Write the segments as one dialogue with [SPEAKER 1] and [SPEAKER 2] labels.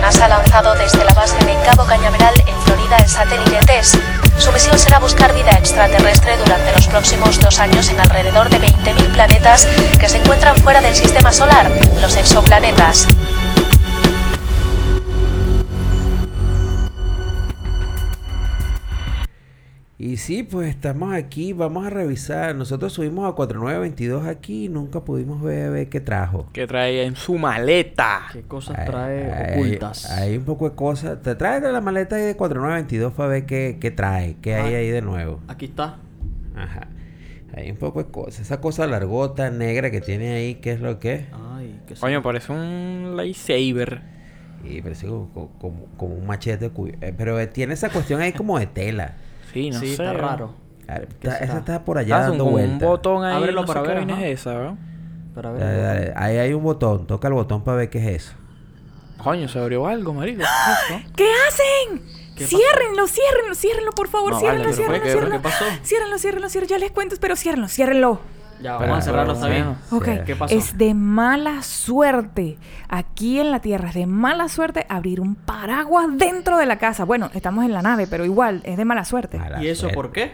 [SPEAKER 1] lanzado desde la base de Cabo Cañaveral en Florida el satélite TESS. Su misión será buscar vida extraterrestre durante los próximos dos años en alrededor de 20.000 planetas que se encuentran fuera del sistema solar, los exoplanetas.
[SPEAKER 2] Y sí, pues estamos aquí, vamos a revisar. Nosotros subimos a 4922 aquí y nunca pudimos ver, ver qué trajo.
[SPEAKER 3] Que traía en su maleta.
[SPEAKER 4] ¿Qué cosas
[SPEAKER 2] Hay-
[SPEAKER 4] trae
[SPEAKER 2] hay-
[SPEAKER 4] ocultas?
[SPEAKER 2] Hay un poco de cosas. Te trae la maleta ahí de 4922 para ver qué, qué trae, qué hay
[SPEAKER 4] Ah.
[SPEAKER 2] ahí de nuevo.
[SPEAKER 4] Aquí está.
[SPEAKER 2] Ajá. Hay un poco de cosas. Esa cosa largota, negra que tiene ahí, ¿qué es lo que es?
[SPEAKER 4] Ay, qué
[SPEAKER 3] Coño, parece un lightsaber.
[SPEAKER 2] Y parece como, como- como- como un machete. cuyo- eh, Pero eh, tiene esa cuestión ahí como de tela.
[SPEAKER 3] Sí, no
[SPEAKER 4] sí,
[SPEAKER 3] sé.
[SPEAKER 4] está
[SPEAKER 3] ¿no?
[SPEAKER 4] raro.
[SPEAKER 2] Claro,
[SPEAKER 4] ¿Qué
[SPEAKER 2] está- esa
[SPEAKER 4] será?
[SPEAKER 2] está por
[SPEAKER 3] Ah,
[SPEAKER 2] allá
[SPEAKER 3] son
[SPEAKER 2] dando
[SPEAKER 3] como
[SPEAKER 2] vuelta.
[SPEAKER 3] un botón ahí.
[SPEAKER 4] Ábrelo
[SPEAKER 3] no
[SPEAKER 4] para
[SPEAKER 3] sé qué
[SPEAKER 4] ver,
[SPEAKER 3] vaina
[SPEAKER 4] ajá.
[SPEAKER 3] es esa, ¿verdad?
[SPEAKER 4] Pero a ver.
[SPEAKER 2] Dale, dale. Ahí hay un botón. Toca el botón para ver qué es eso.
[SPEAKER 3] Coño, se abrió algo, marico. ¿Qué es eso?
[SPEAKER 5] ¿Qué hacen?
[SPEAKER 4] ¿Qué pasó?
[SPEAKER 5] ciérrenlo, ciérrenlo, ciérrenlo, por favor,
[SPEAKER 3] No, vale,
[SPEAKER 5] ciérrenlo,
[SPEAKER 3] pero fue
[SPEAKER 5] ciérrenlo,
[SPEAKER 3] que-
[SPEAKER 5] ciérrenlo.
[SPEAKER 4] ¿qué pasó?
[SPEAKER 5] Ciérrenlo, ciérrenlo, ciérrenlo. Ya les cuento, pero ciérrenlo, ciérrenlo.
[SPEAKER 4] Ya,
[SPEAKER 2] Pero-
[SPEAKER 4] vamos a cerrarlo, está bien.
[SPEAKER 2] Sí.
[SPEAKER 5] Ok,
[SPEAKER 4] ¿Qué pasó?
[SPEAKER 5] es de mala suerte. Aquí en la Tierra es de mala suerte abrir un paraguas dentro de la casa. Bueno, estamos en la nave, pero igual es de mala suerte.
[SPEAKER 2] Mala
[SPEAKER 4] ¿Y eso
[SPEAKER 2] suerte.
[SPEAKER 4] por qué?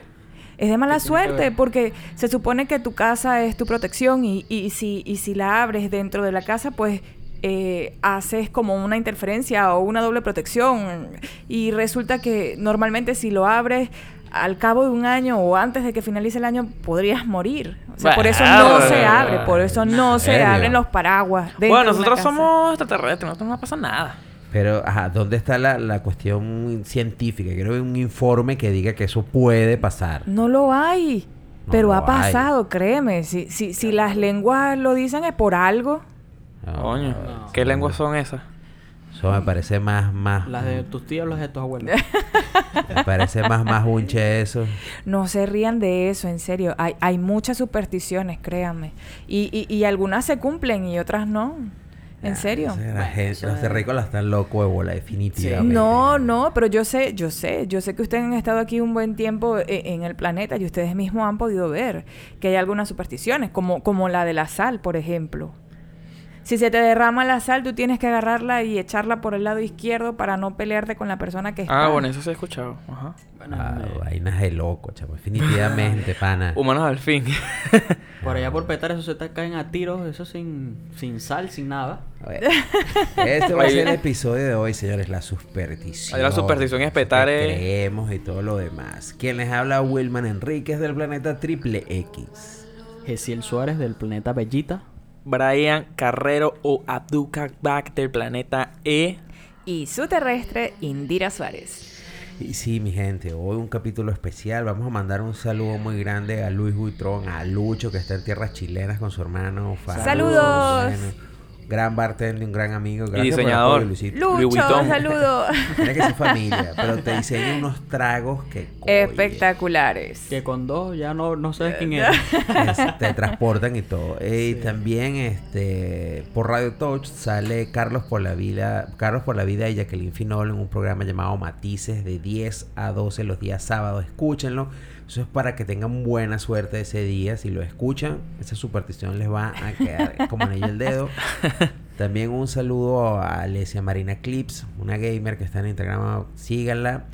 [SPEAKER 5] Es de mala
[SPEAKER 4] ¿Qué tiene que
[SPEAKER 5] suerte
[SPEAKER 4] ver?
[SPEAKER 5] porque se supone que tu casa es tu protección y, y si, y si la abres dentro de la casa, pues eh, haces como una interferencia o una doble protección. Y resulta que normalmente si lo abres al cabo de un año o antes de que finalice el año, podrías morir. O sea, por eso no
[SPEAKER 3] Bueno.
[SPEAKER 5] se abre, por eso no
[SPEAKER 2] ¿En
[SPEAKER 5] se
[SPEAKER 2] serio?
[SPEAKER 5] abren los paraguas. dentro de
[SPEAKER 3] Bueno,
[SPEAKER 5] una
[SPEAKER 3] nosotros
[SPEAKER 5] casa.
[SPEAKER 3] somos extraterrestres, nosotros no pasa nada.
[SPEAKER 2] Pero, ajá, ¿dónde está la, la cuestión científica? Quiero ver un informe que diga que eso puede pasar.
[SPEAKER 5] No lo hay.
[SPEAKER 2] No
[SPEAKER 5] Pero
[SPEAKER 2] lo
[SPEAKER 5] ha
[SPEAKER 2] hay.
[SPEAKER 5] pasado, créeme. Si, si, si las lenguas lo dicen es por algo.
[SPEAKER 2] No,
[SPEAKER 3] Coño,
[SPEAKER 2] no,
[SPEAKER 3] ¿qué
[SPEAKER 2] no.
[SPEAKER 3] lenguas son esas? Ah,
[SPEAKER 2] Eso me parece más, más.
[SPEAKER 4] Las de tus tías o las de tus abuelos.
[SPEAKER 2] Me parece más, más unche eso.
[SPEAKER 5] No se rían de eso, en serio. Hay, hay muchas supersticiones, créanme. Y, y- y algunas se cumplen y otras no. ¿En serio?
[SPEAKER 2] Esa- La gente, los terrícolas están locos de bola, definitivamente.
[SPEAKER 5] No, no, pero yo sé, yo sé, yo sé que ustedes han estado aquí un buen tiempo e- en, el planeta y ustedes mismos han podido ver que hay algunas supersticiones, como, como la de la sal, por ejemplo. Si se te derrama la sal, tú tienes que agarrarla y echarla por el lado izquierdo para no pelearte con la persona que está.
[SPEAKER 3] Ah, bueno, eso se ha escuchado. Ajá.
[SPEAKER 2] Ah,
[SPEAKER 4] eh,
[SPEAKER 2] vainas de loco, chamo. Definitivamente, pana.
[SPEAKER 3] Humanos al fin.
[SPEAKER 4] Por allá por petar, eso se te caen a tiros, eso sin, sin sal, sin nada.
[SPEAKER 2] A ver. Este va a
[SPEAKER 3] Oye.
[SPEAKER 2] ser el episodio de hoy, señores. La superstición.
[SPEAKER 3] La superstición es
[SPEAKER 2] Eso que
[SPEAKER 3] petar, eh.
[SPEAKER 2] Creemos y todo lo demás. Quien les habla, Wilman Enríquez del planeta Triple X.
[SPEAKER 4] Gesiel Suárez del planeta Bellita.
[SPEAKER 3] Brian Carrero o Abdul Back del planeta E.
[SPEAKER 5] Y su terrestre, Indira Suárez.
[SPEAKER 2] Y sí, mi gente, hoy un capítulo especial. Vamos a mandar un saludo muy grande a Luis Buitrón, a Lucho, que está en tierras chilenas con su hermano. Faru,
[SPEAKER 5] Saludos.
[SPEAKER 2] gran bartender, un gran amigo. Gracias por el
[SPEAKER 3] diseñador.
[SPEAKER 2] apoyo, Luisito.
[SPEAKER 3] Lu- Louis
[SPEAKER 5] Lucho,
[SPEAKER 3] Vuitton.
[SPEAKER 5] saludo.
[SPEAKER 2] Mira que su familia, pero te diseña unos tragos que... oye,
[SPEAKER 5] Espectaculares.
[SPEAKER 4] Que con dos ya no, no sabes quién es.
[SPEAKER 2] es- te transportan y todo. Eh, Y también este por Radio Touch sale Carlos por la vida, Carlos por la vida y Jacqueline Finol en un programa llamado Matices de 10 a 12 los días sábados. Escúchenlo. Eso es para que tengan buena suerte ese día. Si lo escuchan, esa superstición les va a quedar como anillo el dedo. También un saludo a Alesia Marina Clips, una gamer que está en Instagram, síganla.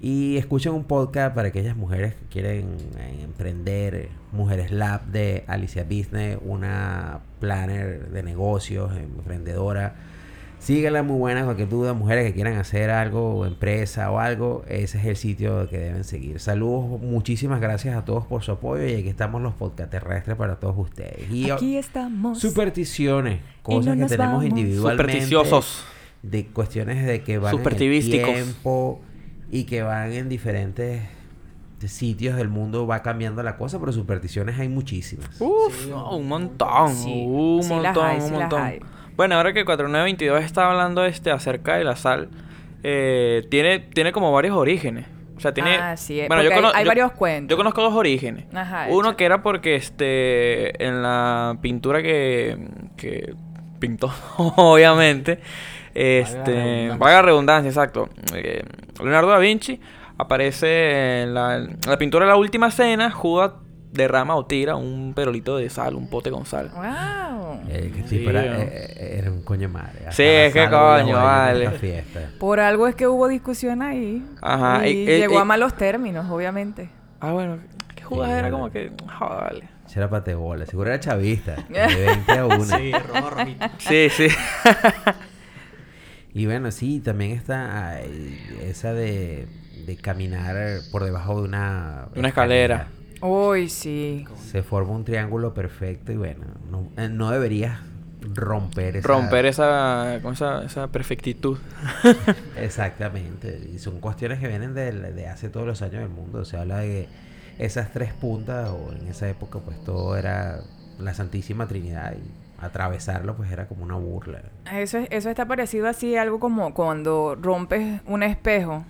[SPEAKER 2] Y escuchen un podcast para aquellas mujeres que quieren eh, emprender, eh, Mujeres Lab de Alicia Business, una planner de negocios, emprendedora. Síganla, muy buena, cualquier duda, mujeres que quieran hacer algo, o empresa o algo, ese es el sitio que deben seguir. Saludos, muchísimas gracias a todos por su apoyo y aquí estamos los podcast terrestres para todos ustedes. Y-
[SPEAKER 5] Aquí estamos.
[SPEAKER 2] Supersticiones, cosas
[SPEAKER 5] no
[SPEAKER 2] que
[SPEAKER 5] nos
[SPEAKER 2] tenemos
[SPEAKER 5] vamos.
[SPEAKER 2] individualmente.
[SPEAKER 3] Supersticiosos.
[SPEAKER 2] De cuestiones de que van en el
[SPEAKER 3] Supertivísticos.
[SPEAKER 2] tiempo y que van en diferentes sitios del mundo, va cambiando la cosa, pero supersticiones hay muchísimas.
[SPEAKER 3] Uf, no, un montón.
[SPEAKER 5] Sí,
[SPEAKER 3] un
[SPEAKER 5] sí las
[SPEAKER 3] montón,
[SPEAKER 5] hay,
[SPEAKER 3] un
[SPEAKER 5] sí las
[SPEAKER 3] montón.
[SPEAKER 5] hay.
[SPEAKER 3] Bueno, ahora que 4922 está hablando este acerca de la sal, eh, tiene, tiene como varios orígenes. O sea, tiene.
[SPEAKER 5] Así es, Ah, eh, porque hay-
[SPEAKER 3] cono-
[SPEAKER 5] hay varios cuentos.
[SPEAKER 3] Yo conozco dos orígenes.
[SPEAKER 5] Ajá,
[SPEAKER 3] Uno
[SPEAKER 5] échale.
[SPEAKER 3] que era porque este en la pintura que, que pintó, obviamente. Este.
[SPEAKER 4] redundancia.
[SPEAKER 3] Vaga redundancia, exacto. Eh, Leonardo da Vinci aparece en la, en la pintura de la última cena, Judas derrama o tira un perolito de sal, un pote con sal.
[SPEAKER 5] ¡Wow!
[SPEAKER 2] Eh, que
[SPEAKER 3] Sí,
[SPEAKER 2] tipo era,
[SPEAKER 3] ¿no?
[SPEAKER 2] eh, era un coño madre.
[SPEAKER 3] Sí,
[SPEAKER 2] Hasta
[SPEAKER 3] es que
[SPEAKER 2] Gonzalo
[SPEAKER 3] coño,
[SPEAKER 2] Villabuena en
[SPEAKER 3] vale.
[SPEAKER 2] esta fiesta.
[SPEAKER 5] Por algo es que hubo discusión ahí.
[SPEAKER 3] Ajá,
[SPEAKER 5] Y
[SPEAKER 3] eh, eh,
[SPEAKER 5] llegó
[SPEAKER 3] eh.
[SPEAKER 5] a malos términos, obviamente.
[SPEAKER 3] Ah, bueno, qué jugada
[SPEAKER 2] Sí,
[SPEAKER 3] era
[SPEAKER 2] vale.
[SPEAKER 3] como que. joder, vale.
[SPEAKER 2] Ese era patebola. Seguro era chavista. De 20 a 1.
[SPEAKER 4] Sí, rojo, rojito.
[SPEAKER 3] Sí, sí.
[SPEAKER 2] Y bueno, sí, también está ah, eh, esa de, de caminar por debajo de una,
[SPEAKER 3] De una escalera.
[SPEAKER 5] Uy, sí.
[SPEAKER 2] Se forma un triángulo perfecto y bueno, no, eh, no deberías romper esa...
[SPEAKER 3] Romper esa, con esa, esa perfectitud.
[SPEAKER 2] Exactamente. Y son cuestiones que vienen del- de hace todos los años del mundo. Se habla de esas tres puntas o en esa época pues todo era la Santísima Trinidad y atravesarlo pues era como una burla.
[SPEAKER 5] Eso, es- eso está parecido así, algo como cuando rompes un espejo,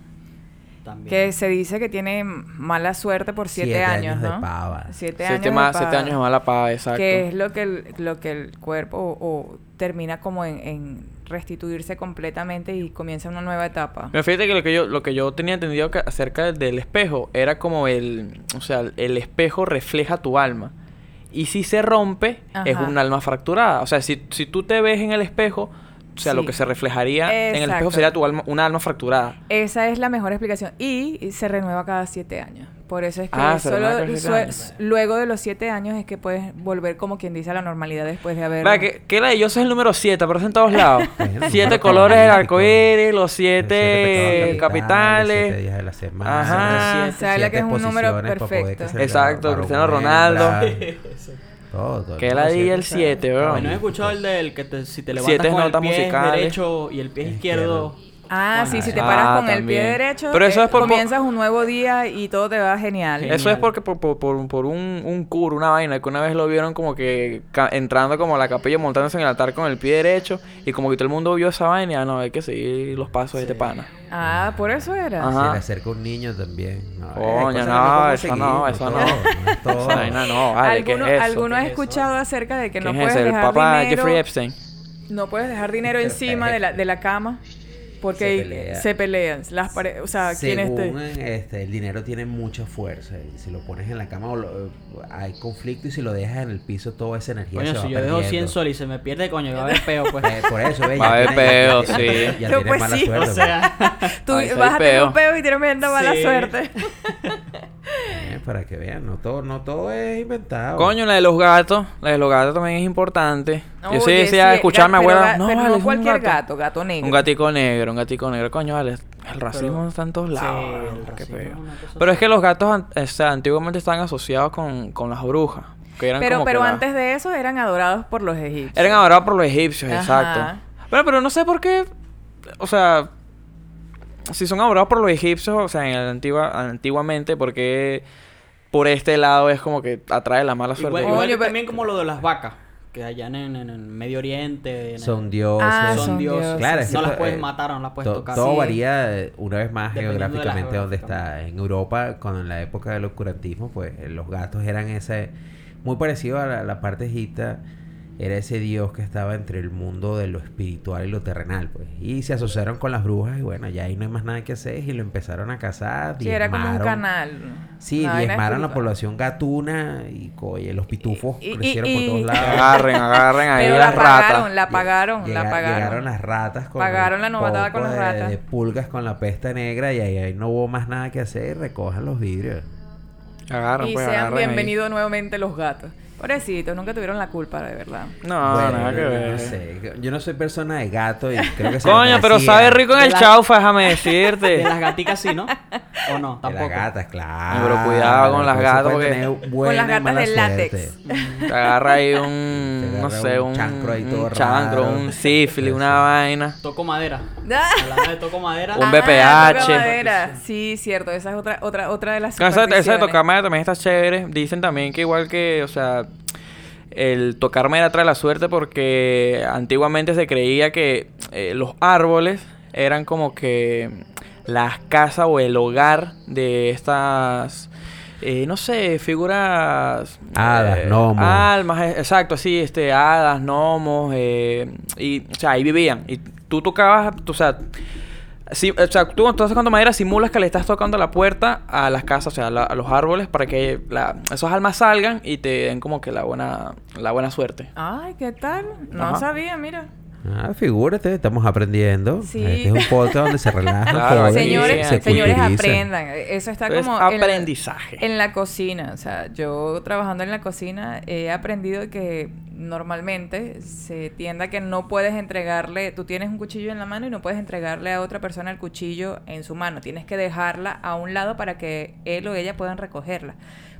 [SPEAKER 4] También.
[SPEAKER 5] que se dice que tiene mala suerte por siete, años,
[SPEAKER 2] de
[SPEAKER 5] ¿no?
[SPEAKER 2] pava.
[SPEAKER 5] Siete
[SPEAKER 3] Siete,
[SPEAKER 5] años. de
[SPEAKER 3] más, siete
[SPEAKER 5] pa-
[SPEAKER 3] años de mala paga, exacto.
[SPEAKER 5] Que es lo que el, lo que el cuerpo o, o termina como en, en restituirse completamente y comienza una nueva etapa.
[SPEAKER 3] Me fíjate que lo que yo, lo que yo tenía entendido ca- acerca del, del espejo era como el, o sea, el espejo refleja tu alma. Y si se rompe, es
[SPEAKER 5] Ajá.
[SPEAKER 3] un alma fracturada. O sea, si, si tú te ves en el espejo, o sea, lo
[SPEAKER 5] Sí.
[SPEAKER 3] que se reflejaría en el espejo
[SPEAKER 5] Exacto.
[SPEAKER 3] sería tu alma, una alma fracturada.
[SPEAKER 5] Esa es la mejor explicación. Y se renueva cada siete años. Por eso es que
[SPEAKER 3] Ah, se renueva
[SPEAKER 5] solo,
[SPEAKER 3] cada siete
[SPEAKER 5] sue-
[SPEAKER 3] años.
[SPEAKER 5] luego de los siete años es que puedes volver como quien dice a la normalidad después de haber...
[SPEAKER 3] Vea, que, que la de Dios es el número 7, aparece en todos lados.
[SPEAKER 2] Bueno,
[SPEAKER 3] siete
[SPEAKER 2] número
[SPEAKER 3] colores del
[SPEAKER 2] cabalístico.
[SPEAKER 3] arco iris, los
[SPEAKER 2] Los
[SPEAKER 3] siete,
[SPEAKER 2] pecados
[SPEAKER 3] capitales.
[SPEAKER 2] los siete días de la semana.
[SPEAKER 3] Ajá.
[SPEAKER 2] siete-
[SPEAKER 5] Ah, se habla
[SPEAKER 2] siete
[SPEAKER 5] que es un número
[SPEAKER 2] posiciones pues, para poder
[SPEAKER 5] perfecto.
[SPEAKER 2] que se le
[SPEAKER 3] Exacto,
[SPEAKER 2] abra un
[SPEAKER 3] Cristiano
[SPEAKER 2] membra. todo, todo.
[SPEAKER 3] Que la di el 7,
[SPEAKER 2] Está
[SPEAKER 3] bro.
[SPEAKER 4] Bueno, he escuchado el del que te- si te levantas
[SPEAKER 3] Siete
[SPEAKER 4] con el
[SPEAKER 3] notas
[SPEAKER 4] pie
[SPEAKER 3] musicales.
[SPEAKER 4] derecho y el pie izquierdo.
[SPEAKER 5] Ah, sí,
[SPEAKER 4] Ajá.
[SPEAKER 5] si te paras
[SPEAKER 3] Ah,
[SPEAKER 5] con el pie
[SPEAKER 3] también.
[SPEAKER 5] derecho,
[SPEAKER 3] Pero eso
[SPEAKER 5] eh,
[SPEAKER 3] es por-
[SPEAKER 5] comienzas un nuevo día y todo te va genial.
[SPEAKER 4] Sí.
[SPEAKER 3] Eso es
[SPEAKER 4] Genial.
[SPEAKER 3] porque por, por, por, por un, un cura, una vaina, que una vez lo vieron como que ca- entrando como a la capilla, montándose en el altar con el pie derecho, y como que todo el mundo vio esa vaina, y, ah, no, hay que seguir los pasos de este pana.
[SPEAKER 5] Ah, por eso era.
[SPEAKER 3] Ajá.
[SPEAKER 2] Se le acerca un niño también. No, eh,
[SPEAKER 3] Coño,
[SPEAKER 2] cosas
[SPEAKER 3] no,
[SPEAKER 2] podemos
[SPEAKER 3] eso
[SPEAKER 2] seguir,
[SPEAKER 3] no, eso no.
[SPEAKER 2] todo, es todo.
[SPEAKER 3] Esa vaina no, vale, ¿qué es
[SPEAKER 5] ¿Alguno,
[SPEAKER 3] eso?
[SPEAKER 5] alguno ha
[SPEAKER 3] ¿Qué
[SPEAKER 5] escuchado acerca de que no
[SPEAKER 3] es
[SPEAKER 5] puedes
[SPEAKER 3] ese? El
[SPEAKER 5] dejar
[SPEAKER 3] papá
[SPEAKER 5] dinero,
[SPEAKER 3] Jeffrey Epstein.
[SPEAKER 5] no puedes dejar dinero encima de la, de la cama porque
[SPEAKER 2] Se pelea.
[SPEAKER 5] se pelean las pare- o sea, quién
[SPEAKER 2] Según
[SPEAKER 5] esté.
[SPEAKER 2] este, el dinero tiene mucha fuerza. y si lo pones en la cama, o lo- eh, hay conflicto. Y si lo dejas en el piso, toda esa energía
[SPEAKER 4] Coño,
[SPEAKER 2] se va
[SPEAKER 4] si yo dejo 100
[SPEAKER 2] perdiendo.
[SPEAKER 4] soles y se me pierde, coño, va a haber peo, pues.
[SPEAKER 2] Eh, por eso, ve,
[SPEAKER 3] Va a
[SPEAKER 2] ya
[SPEAKER 3] haber
[SPEAKER 2] tiene- ya
[SPEAKER 3] peo,
[SPEAKER 2] tiene-
[SPEAKER 3] sí.
[SPEAKER 2] ya
[SPEAKER 5] No,
[SPEAKER 2] tiene
[SPEAKER 5] pues
[SPEAKER 2] mala
[SPEAKER 5] sí, o
[SPEAKER 4] o
[SPEAKER 2] suerte, pues.
[SPEAKER 4] sea,
[SPEAKER 5] Tú
[SPEAKER 3] Ay, soy
[SPEAKER 5] vas a tener
[SPEAKER 3] peo.
[SPEAKER 5] un peo y tremenda mala
[SPEAKER 4] Sí.
[SPEAKER 5] suerte.
[SPEAKER 2] Eh, para que vean, no todo, no todo es inventado.
[SPEAKER 3] Coño, la de los gatos, la de los gatos también es importante. Yo sí
[SPEAKER 5] Oye,
[SPEAKER 3] decía a
[SPEAKER 5] sí,
[SPEAKER 3] escuchar a mi
[SPEAKER 5] ga- pero
[SPEAKER 3] abuela.
[SPEAKER 5] ga-
[SPEAKER 3] no,
[SPEAKER 5] pero
[SPEAKER 3] vale, es
[SPEAKER 5] no
[SPEAKER 3] un
[SPEAKER 5] cualquier
[SPEAKER 3] gato.
[SPEAKER 5] gato, gato negro.
[SPEAKER 3] Un gatico negro, un gatico negro. Coño, vale, el racismo está en todos lados.
[SPEAKER 4] el
[SPEAKER 3] qué
[SPEAKER 4] racismo
[SPEAKER 3] peo.
[SPEAKER 4] es una cosa
[SPEAKER 3] Pero es que los gatos an- o sea, antiguamente estaban asociados con, con las brujas. Que eran
[SPEAKER 5] pero
[SPEAKER 3] como que
[SPEAKER 5] pero
[SPEAKER 3] la-
[SPEAKER 5] antes de eso eran adorados por los egipcios.
[SPEAKER 3] Eran adorados por los egipcios,
[SPEAKER 5] Ajá.
[SPEAKER 3] exacto. Pero, pero no sé por qué. O sea, si son adorados por los egipcios, o sea, en el antigua, antiguamente, porque por este lado es como que atrae la mala suerte.
[SPEAKER 4] Igual,
[SPEAKER 5] Coño,
[SPEAKER 4] igual que
[SPEAKER 5] pero-
[SPEAKER 4] también como lo de las vacas, que allá en, en- en el Medio Oriente. en el-
[SPEAKER 2] Son dioses.
[SPEAKER 5] Ah,
[SPEAKER 4] son
[SPEAKER 5] son
[SPEAKER 4] dioses.
[SPEAKER 5] dioses.
[SPEAKER 2] Claro, es
[SPEAKER 4] no
[SPEAKER 2] que
[SPEAKER 4] las
[SPEAKER 2] to-
[SPEAKER 4] puedes
[SPEAKER 2] eh,
[SPEAKER 4] matar, no las puedes
[SPEAKER 2] To-
[SPEAKER 4] tocar.
[SPEAKER 2] Todo
[SPEAKER 5] Sí.
[SPEAKER 2] varía eh, una vez más
[SPEAKER 4] Dependiendo de la
[SPEAKER 2] geográficamente donde
[SPEAKER 4] geografía.
[SPEAKER 2] está. En Europa, cuando en la época del oscurantismo, pues eh, los gatos eran ese, muy parecido a la, la parte egipta, era ese dios que estaba entre el mundo de lo espiritual y lo terrenal, pues. Y se asociaron con las brujas y bueno, ya ahí no hay más nada que hacer y lo empezaron a cazar.
[SPEAKER 5] Sí, era como un
[SPEAKER 2] diezmaron-
[SPEAKER 5] canal.
[SPEAKER 2] Sí,
[SPEAKER 5] una vaina
[SPEAKER 2] diezmaron la
[SPEAKER 5] espiritual.
[SPEAKER 2] población gatuna y coye, los pitufos
[SPEAKER 5] Y- y-
[SPEAKER 2] crecieron
[SPEAKER 5] y-
[SPEAKER 2] por todos lados.
[SPEAKER 3] Agarren, agarren ahí
[SPEAKER 5] Pero la
[SPEAKER 3] las
[SPEAKER 5] pagaron,
[SPEAKER 3] ratas.
[SPEAKER 5] la pagaron, la
[SPEAKER 2] Llega-
[SPEAKER 5] pagaron.
[SPEAKER 2] Llegaron las ratas con
[SPEAKER 5] Pagaron
[SPEAKER 2] el
[SPEAKER 5] la novatada
[SPEAKER 2] poco
[SPEAKER 5] con las
[SPEAKER 2] de-
[SPEAKER 5] ratas.
[SPEAKER 2] De pulgas con la pesta negra y ahí, ahí no hubo más nada que hacer. Recojan los vidrios.
[SPEAKER 3] Agarren,
[SPEAKER 5] y
[SPEAKER 3] pues,
[SPEAKER 5] sean
[SPEAKER 3] agarren ahí.
[SPEAKER 5] bienvenidos nuevamente los gatos. Pobrecitos, nunca tuvieron la culpa, de verdad.
[SPEAKER 3] No,
[SPEAKER 2] Bueno,
[SPEAKER 3] Ah, nada que
[SPEAKER 2] yo- yo
[SPEAKER 3] ver.
[SPEAKER 2] No sé. Yo no soy persona de gato y creo que se lo
[SPEAKER 3] Coño, pero
[SPEAKER 2] merecía.
[SPEAKER 3] sabe rico en el
[SPEAKER 4] De la-
[SPEAKER 3] chaufa, déjame
[SPEAKER 4] De
[SPEAKER 3] decirte.
[SPEAKER 4] las gaticas sí, ¿no? ¿O no?
[SPEAKER 2] De
[SPEAKER 4] Tampoco.
[SPEAKER 2] las gatas, claro.
[SPEAKER 3] Pero cuidado con las
[SPEAKER 2] Por eso
[SPEAKER 3] gatas,
[SPEAKER 2] puede
[SPEAKER 3] porque-
[SPEAKER 2] tener buena
[SPEAKER 5] Con las
[SPEAKER 2] y
[SPEAKER 5] gatas
[SPEAKER 2] mala
[SPEAKER 5] de látex.
[SPEAKER 2] suerte.
[SPEAKER 3] Te agarra ahí un,
[SPEAKER 2] Te
[SPEAKER 3] no
[SPEAKER 2] agarra
[SPEAKER 3] sé,
[SPEAKER 2] un
[SPEAKER 3] un,
[SPEAKER 2] chancro ahí
[SPEAKER 3] un
[SPEAKER 2] todo
[SPEAKER 3] chancro,
[SPEAKER 2] raro.
[SPEAKER 3] un sífilis, una vaina.
[SPEAKER 4] Toco madera.
[SPEAKER 5] Ah.
[SPEAKER 4] Hablando de toco madera.
[SPEAKER 3] Un
[SPEAKER 5] Ah,
[SPEAKER 3] BPH.
[SPEAKER 5] toca madera. Sí, cierto, esa es otra otra otra de las
[SPEAKER 3] No, esa, esa de
[SPEAKER 5] supersticiones.
[SPEAKER 3] tocar madera también está chévere. Dicen también que igual que, o sea, el tocar madera trae la suerte porque antiguamente se creía que eh, los árboles eran como que las casas o el hogar de estas... eh, no sé, figuras... eh,
[SPEAKER 2] Hadas, gnomos.
[SPEAKER 3] Almas, eh, exacto, así, este, hadas, gnomos, eh, y, o sea, ahí vivían. Y tú tocabas, tú, o sea, Sí, o sea, tú cuando estás tocando madera simulas que le estás tocando la puerta a las casas, o sea, a, la- a los árboles para que la- esos almas salgan y te den como que la buena, la buena suerte.
[SPEAKER 5] Ay, ¿qué tal? No
[SPEAKER 3] Ajá.
[SPEAKER 5] sabía, mira.
[SPEAKER 2] Ah, figúrate, estamos aprendiendo.
[SPEAKER 5] Sí.
[SPEAKER 2] Este es un podcast donde se relajan
[SPEAKER 3] Claro,
[SPEAKER 2] jóvenes,
[SPEAKER 5] Señores,
[SPEAKER 2] se
[SPEAKER 5] señores,
[SPEAKER 2] culturizan.
[SPEAKER 5] aprendan. Eso está
[SPEAKER 3] Entonces,
[SPEAKER 5] como en la-
[SPEAKER 3] aprendizaje.
[SPEAKER 5] En, la cocina, o sea, yo trabajando en la cocina he aprendido que normalmente se tiende a que no puedes entregarle, tú tienes un cuchillo en la mano y no puedes entregarle a otra persona el cuchillo en su mano, tienes que dejarla a un lado para que él o ella puedan recogerla.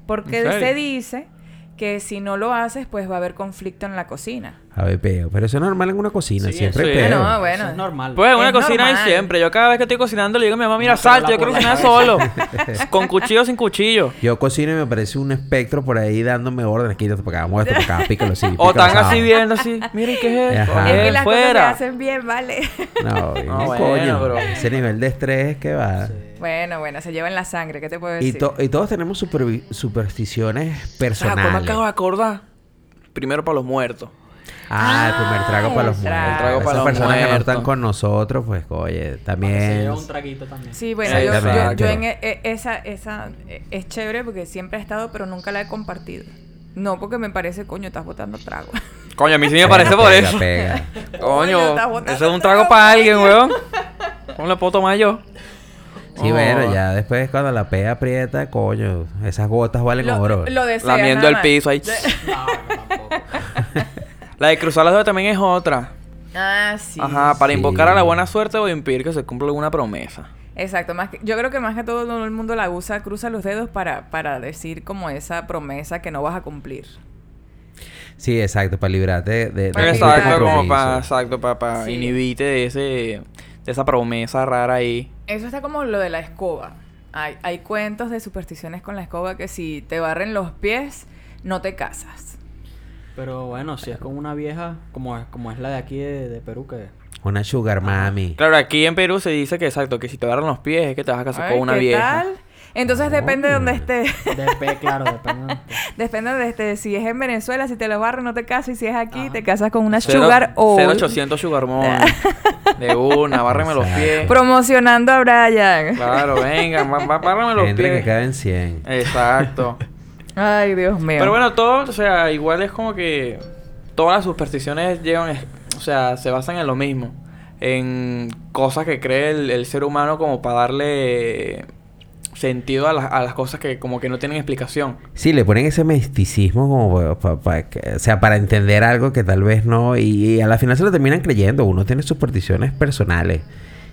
[SPEAKER 5] Porque
[SPEAKER 3] ¿En serio?
[SPEAKER 5] se dice que si no lo haces, pues va a haber conflicto en la cocina.
[SPEAKER 2] A ver, peo. Pero eso es normal en una cocina,
[SPEAKER 4] Sí,
[SPEAKER 2] siempre
[SPEAKER 3] eso
[SPEAKER 2] hay
[SPEAKER 3] es.
[SPEAKER 2] peo.
[SPEAKER 5] Ah, no, bueno.
[SPEAKER 4] Eso es normal.
[SPEAKER 3] Pues una
[SPEAKER 5] Es
[SPEAKER 3] cocina hay
[SPEAKER 5] normal.
[SPEAKER 3] siempre. Yo cada vez que estoy cocinando le digo a mi mamá, mira,
[SPEAKER 4] Una
[SPEAKER 3] salte, yo
[SPEAKER 4] tabla
[SPEAKER 3] quiero
[SPEAKER 4] por
[SPEAKER 3] cocinar
[SPEAKER 4] la
[SPEAKER 3] solo. Con cuchillo o sin cuchillo.
[SPEAKER 2] Yo cocino y me aparece un espectro por ahí dándome órdenes. Quítate para acá, vamos esto para acá, pícalo así.
[SPEAKER 3] O
[SPEAKER 2] pícalo
[SPEAKER 3] tan
[SPEAKER 2] asá.
[SPEAKER 3] así viendo así, miren qué es esto.
[SPEAKER 2] Ajá.
[SPEAKER 5] Es
[SPEAKER 3] Eh,
[SPEAKER 5] que las
[SPEAKER 3] fuera.
[SPEAKER 5] cosas se hacen bien, vale.
[SPEAKER 2] No,
[SPEAKER 3] No,
[SPEAKER 2] coño,
[SPEAKER 3] Ah, bueno, bro.
[SPEAKER 2] ese nivel de estrés que va.
[SPEAKER 5] bueno, bueno, se lleva en la sangre, ¿qué te puedo
[SPEAKER 2] Y,
[SPEAKER 5] decir?
[SPEAKER 2] to- y todos tenemos supervi- supersticiones
[SPEAKER 3] Ah, ¿cómo
[SPEAKER 2] personales.
[SPEAKER 3] acabo de acordar? Primero para los muertos.
[SPEAKER 2] Ah, el primer trago
[SPEAKER 5] Ah,
[SPEAKER 2] para los
[SPEAKER 5] el trago.
[SPEAKER 2] muertos.
[SPEAKER 5] El trago
[SPEAKER 2] Esas
[SPEAKER 3] para los
[SPEAKER 2] personas que no están
[SPEAKER 3] muertos.
[SPEAKER 2] con nosotros, pues, oye,
[SPEAKER 4] Para que se
[SPEAKER 2] también.
[SPEAKER 4] lleve un traguito también.
[SPEAKER 5] Sí, bueno, yo,
[SPEAKER 2] Exactamente.
[SPEAKER 5] yo- yo en e- e- esa, esa e- es chévere porque siempre ha estado, pero nunca la he compartido. No, porque me parece, coño, estás botando trago.
[SPEAKER 3] Coño, a mí sí me parece por
[SPEAKER 2] Pega,
[SPEAKER 3] eso.
[SPEAKER 2] pega.
[SPEAKER 5] Coño,
[SPEAKER 3] Coño,
[SPEAKER 5] estás botando
[SPEAKER 3] eso es un trago
[SPEAKER 5] trago,
[SPEAKER 3] para alguien, weón. ¿Cómo lo puedo tomar yo?
[SPEAKER 2] Sí,
[SPEAKER 3] Oh.
[SPEAKER 2] bueno, ya después cuando la pea aprieta, coño, esas gotas valen oro.
[SPEAKER 5] Lo, lo desea,
[SPEAKER 3] Lamiendo
[SPEAKER 5] nada
[SPEAKER 3] el
[SPEAKER 5] más.
[SPEAKER 3] piso ahí.
[SPEAKER 4] No, no, tampoco.
[SPEAKER 3] La de cruzar las dos también es otra.
[SPEAKER 5] Ah, sí.
[SPEAKER 3] Ajá, para
[SPEAKER 2] Sí.
[SPEAKER 3] invocar a la buena suerte o impedir que se cumpla alguna promesa.
[SPEAKER 5] Exacto, más que, yo creo que más que todo el mundo la usa, cruza los dedos para, para decir como esa promesa que no vas a cumplir.
[SPEAKER 2] Sí, exacto, para librarte de, de
[SPEAKER 5] Para
[SPEAKER 2] de
[SPEAKER 5] evitar-
[SPEAKER 2] cumplir
[SPEAKER 3] exacto, como
[SPEAKER 2] compromiso.
[SPEAKER 3] para, exacto, para,
[SPEAKER 5] Sí.
[SPEAKER 3] inhibirte de, ese, de esa promesa rara ahí.
[SPEAKER 5] Eso está como lo de la escoba. Hay, hay cuentos de supersticiones con la escoba que si te barren los pies, no te casas.
[SPEAKER 4] Pero bueno, si es con una vieja, como es, como es la de aquí de, de Perú, que
[SPEAKER 2] Una sugar mami.
[SPEAKER 3] Claro, aquí en Perú se dice que exacto, que si te agarran los pies es que te vas a casar
[SPEAKER 5] Ay,
[SPEAKER 3] con una
[SPEAKER 5] ¿qué
[SPEAKER 3] vieja.
[SPEAKER 5] tal? Entonces depende de donde estés.
[SPEAKER 4] dep- claro, depende. de-
[SPEAKER 5] Depende de este, si es en Venezuela, si te lo barro, no te casas, y si es aquí,
[SPEAKER 4] Ajá.
[SPEAKER 5] te casas con una
[SPEAKER 3] Cero-
[SPEAKER 5] sugar o
[SPEAKER 3] 0800 Sugar Mom. De una, bárreme los pies.
[SPEAKER 5] promocionando a Brian.
[SPEAKER 3] Claro, venga, má- má- bárreme los
[SPEAKER 2] Entre que
[SPEAKER 3] pies.
[SPEAKER 2] caen 100.
[SPEAKER 3] Exacto.
[SPEAKER 5] Ay, Dios mío.
[SPEAKER 3] Pero bueno, todo, o sea, igual es como que todas las supersticiones llevan, es- o sea, se basan en lo mismo. En cosas que cree el, el ser humano como para darle sentido a, las- a las cosas que como que no tienen explicación.
[SPEAKER 2] Sí, le ponen ese misticismo como para, o sea, para entender algo que tal vez no. Y, y a la final se lo terminan creyendo. Uno tiene supersticiones personales.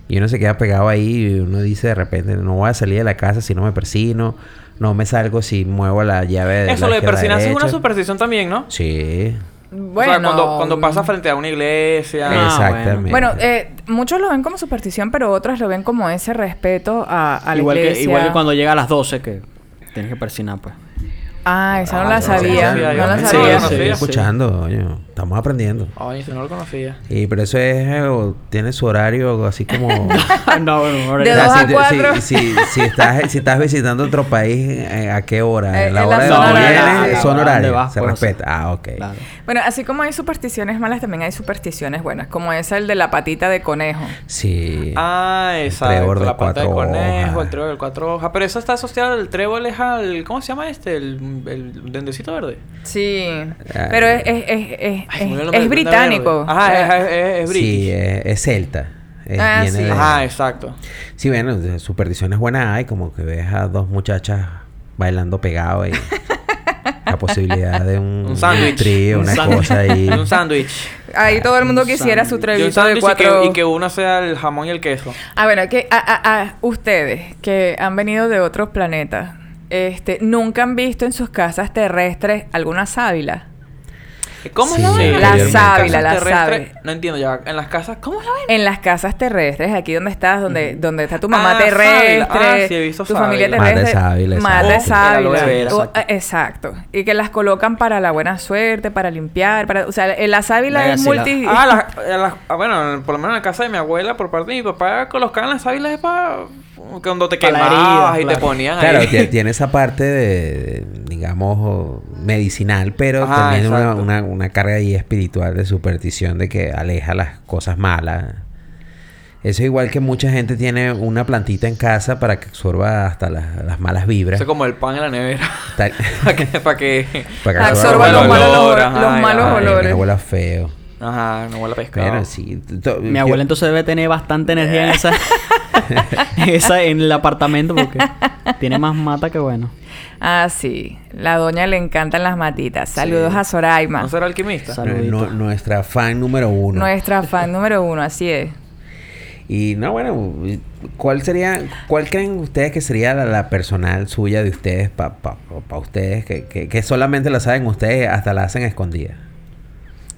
[SPEAKER 2] Y uno se queda pegado ahí y uno dice de repente, no voy a salir de la casa si no me persino. No me salgo si muevo la llave de
[SPEAKER 3] Eso,
[SPEAKER 2] la
[SPEAKER 3] lo
[SPEAKER 2] izquierda a
[SPEAKER 3] de
[SPEAKER 2] la
[SPEAKER 3] persinarse es una
[SPEAKER 2] derecha.
[SPEAKER 3] superstición también, ¿no?
[SPEAKER 2] Sí.
[SPEAKER 5] Bueno,
[SPEAKER 3] o sea, cuando, cuando pasa frente a una iglesia.
[SPEAKER 4] Ah,
[SPEAKER 2] Exactamente.
[SPEAKER 5] Bueno, eh, muchos lo ven como superstición, pero otros lo ven como ese respeto a, a la
[SPEAKER 4] igual, que,
[SPEAKER 5] iglesia.
[SPEAKER 4] igual que cuando llega a las 12, que tienes que persinar, pues.
[SPEAKER 5] Ah, esa no
[SPEAKER 3] Ah,
[SPEAKER 5] la
[SPEAKER 3] no,
[SPEAKER 5] sabía.
[SPEAKER 3] sí,
[SPEAKER 5] No
[SPEAKER 3] sí,
[SPEAKER 5] la
[SPEAKER 3] sí,
[SPEAKER 5] sabía.
[SPEAKER 3] sí,
[SPEAKER 2] Estoy
[SPEAKER 3] sí.
[SPEAKER 2] escuchando, coño. Estamos aprendiendo.
[SPEAKER 3] Ah, Ay, si no lo conocía.
[SPEAKER 2] Y pero eso es, eh, o tiene su horario así como...
[SPEAKER 4] no, bueno, ahora
[SPEAKER 5] De
[SPEAKER 2] O sea,
[SPEAKER 5] dos
[SPEAKER 2] si
[SPEAKER 5] a
[SPEAKER 2] te-
[SPEAKER 5] cuatro.
[SPEAKER 2] Si, si- si estás, si estás visitando otro país, eh, ¿a qué hora?
[SPEAKER 5] Eh,
[SPEAKER 2] la
[SPEAKER 5] en la
[SPEAKER 2] hora de
[SPEAKER 5] zona
[SPEAKER 2] donde
[SPEAKER 5] horaria.
[SPEAKER 2] vienes,
[SPEAKER 4] Ah,
[SPEAKER 2] son
[SPEAKER 4] ¿dónde
[SPEAKER 2] horarios.
[SPEAKER 4] vas?
[SPEAKER 2] se
[SPEAKER 4] Pues,
[SPEAKER 2] respeta. Ah, ok.
[SPEAKER 4] Claro.
[SPEAKER 5] Bueno, así como hay supersticiones malas, también hay supersticiones buenas, como esa el de la patita de conejo.
[SPEAKER 2] Sí.
[SPEAKER 3] Ah, exacto.
[SPEAKER 2] trébol de
[SPEAKER 3] La pata de
[SPEAKER 2] cuatro
[SPEAKER 3] conejo,
[SPEAKER 2] hojas.
[SPEAKER 3] el trébol de cuatro hojas. Pero eso está asociado al trébol, es al. ¿Cómo se llama este? El, el dendecito verde.
[SPEAKER 5] Sí,
[SPEAKER 2] Ah,
[SPEAKER 5] pero es, es, es, es,
[SPEAKER 3] Ay, se me olvidó el nombre
[SPEAKER 5] es- es
[SPEAKER 3] del duende
[SPEAKER 5] británico.
[SPEAKER 3] verde. Ajá, es, es, es, es british.
[SPEAKER 2] sí, es, es celta. Es-
[SPEAKER 5] Ah,
[SPEAKER 2] viene
[SPEAKER 5] sí.
[SPEAKER 2] de-
[SPEAKER 3] Ajá, exacto.
[SPEAKER 2] sí, bueno, de- supersticiones buenas hay, como que ves a dos muchachas bailando pegado y la posibilidad de un,
[SPEAKER 3] Un sándwich.
[SPEAKER 2] trío,
[SPEAKER 4] Un
[SPEAKER 2] una
[SPEAKER 4] sándwich.
[SPEAKER 2] cosa ahí.
[SPEAKER 3] Un sándwich.
[SPEAKER 5] Ahí todo el mundo
[SPEAKER 4] Un
[SPEAKER 5] quisiera su
[SPEAKER 4] sándwich.
[SPEAKER 3] Y un
[SPEAKER 5] trevito de
[SPEAKER 3] sándwich y
[SPEAKER 5] cuatro.
[SPEAKER 3] que, y que uno sea el jamón y el queso.
[SPEAKER 5] Ah, bueno, que a, a- a ustedes que han venido de otros planetas, este, nunca han visto en sus casas terrestres alguna sábila.
[SPEAKER 3] ¿Cómo
[SPEAKER 2] Sí,
[SPEAKER 3] es la vaina?
[SPEAKER 2] La
[SPEAKER 3] En
[SPEAKER 5] sábila,
[SPEAKER 3] casas
[SPEAKER 5] la
[SPEAKER 3] terrestres-
[SPEAKER 5] sábila.
[SPEAKER 3] No entiendo ya. En las casas, ¿cómo es la vaina?
[SPEAKER 5] En las casas terrestres, aquí donde estás, donde, donde está tu mamá
[SPEAKER 3] Ah,
[SPEAKER 5] terrestre,
[SPEAKER 3] sábila. Ah, sí, he visto
[SPEAKER 5] tu familia
[SPEAKER 3] sábila.
[SPEAKER 2] Mata
[SPEAKER 5] terrestre,
[SPEAKER 2] sábila,
[SPEAKER 5] mata
[SPEAKER 2] exacto.
[SPEAKER 5] sábila.
[SPEAKER 3] O el aloe vera,
[SPEAKER 5] O-
[SPEAKER 3] exacto.
[SPEAKER 5] eh, exacto. Y que las colocan para la buena suerte, para limpiar, para, o sea, eh, la sábila
[SPEAKER 4] Venga,
[SPEAKER 5] es
[SPEAKER 4] si la-
[SPEAKER 5] multi.
[SPEAKER 3] Ah, las- eh, las- ah, bueno, en- por lo menos en la casa de mi abuela, por parte de mi papá, colocaban las sábilas para... Cuando te
[SPEAKER 4] Pa' la
[SPEAKER 3] quemabas
[SPEAKER 4] herida,
[SPEAKER 3] y te
[SPEAKER 4] claro.
[SPEAKER 3] ponían
[SPEAKER 2] Claro,
[SPEAKER 3] ahí.
[SPEAKER 2] tie- tiene esa parte de, digamos, o- medicinal, pero
[SPEAKER 5] Ah,
[SPEAKER 3] Ajá,
[SPEAKER 2] también una,
[SPEAKER 3] exacto.
[SPEAKER 2] una- una carga ahí espiritual de superstición de que aleja las cosas malas. Eso es igual que mucha gente tiene una plantita en casa para que absorba hasta las, las malas vibras.
[SPEAKER 3] Eso es como el pan en la nevera.
[SPEAKER 2] Tal-
[SPEAKER 3] para que, para que.
[SPEAKER 2] Para que
[SPEAKER 5] Absorba
[SPEAKER 2] absorba
[SPEAKER 5] los
[SPEAKER 2] el
[SPEAKER 5] malos,
[SPEAKER 3] olor,
[SPEAKER 5] olores-
[SPEAKER 3] ajá,
[SPEAKER 5] los
[SPEAKER 3] ya,
[SPEAKER 5] malos
[SPEAKER 2] Ay, que no
[SPEAKER 5] olores.
[SPEAKER 2] huela feo.
[SPEAKER 3] Ajá, no huele a pescado.
[SPEAKER 2] Bueno, sí. to-
[SPEAKER 4] Mi
[SPEAKER 2] yo-
[SPEAKER 4] abuela entonces debe tener bastante energía en esa, en esa- en el apartamento porque tiene más mata que bueno.
[SPEAKER 5] Ah, sí. La doña le encantan las matitas. Saludos
[SPEAKER 3] Sí.
[SPEAKER 5] a Soraima.
[SPEAKER 3] ¿No será alquimista?
[SPEAKER 4] Sal-
[SPEAKER 2] nu- nu-
[SPEAKER 4] Saludito.
[SPEAKER 2] nuestra fan número uno.
[SPEAKER 5] Nuestra fan número uno, así es.
[SPEAKER 2] Y no, bueno, ¿cuál sería, cuál creen ustedes que sería la, la personal suya de ustedes, para ustedes, que, que- que solamente la saben ustedes, hasta la hacen escondida?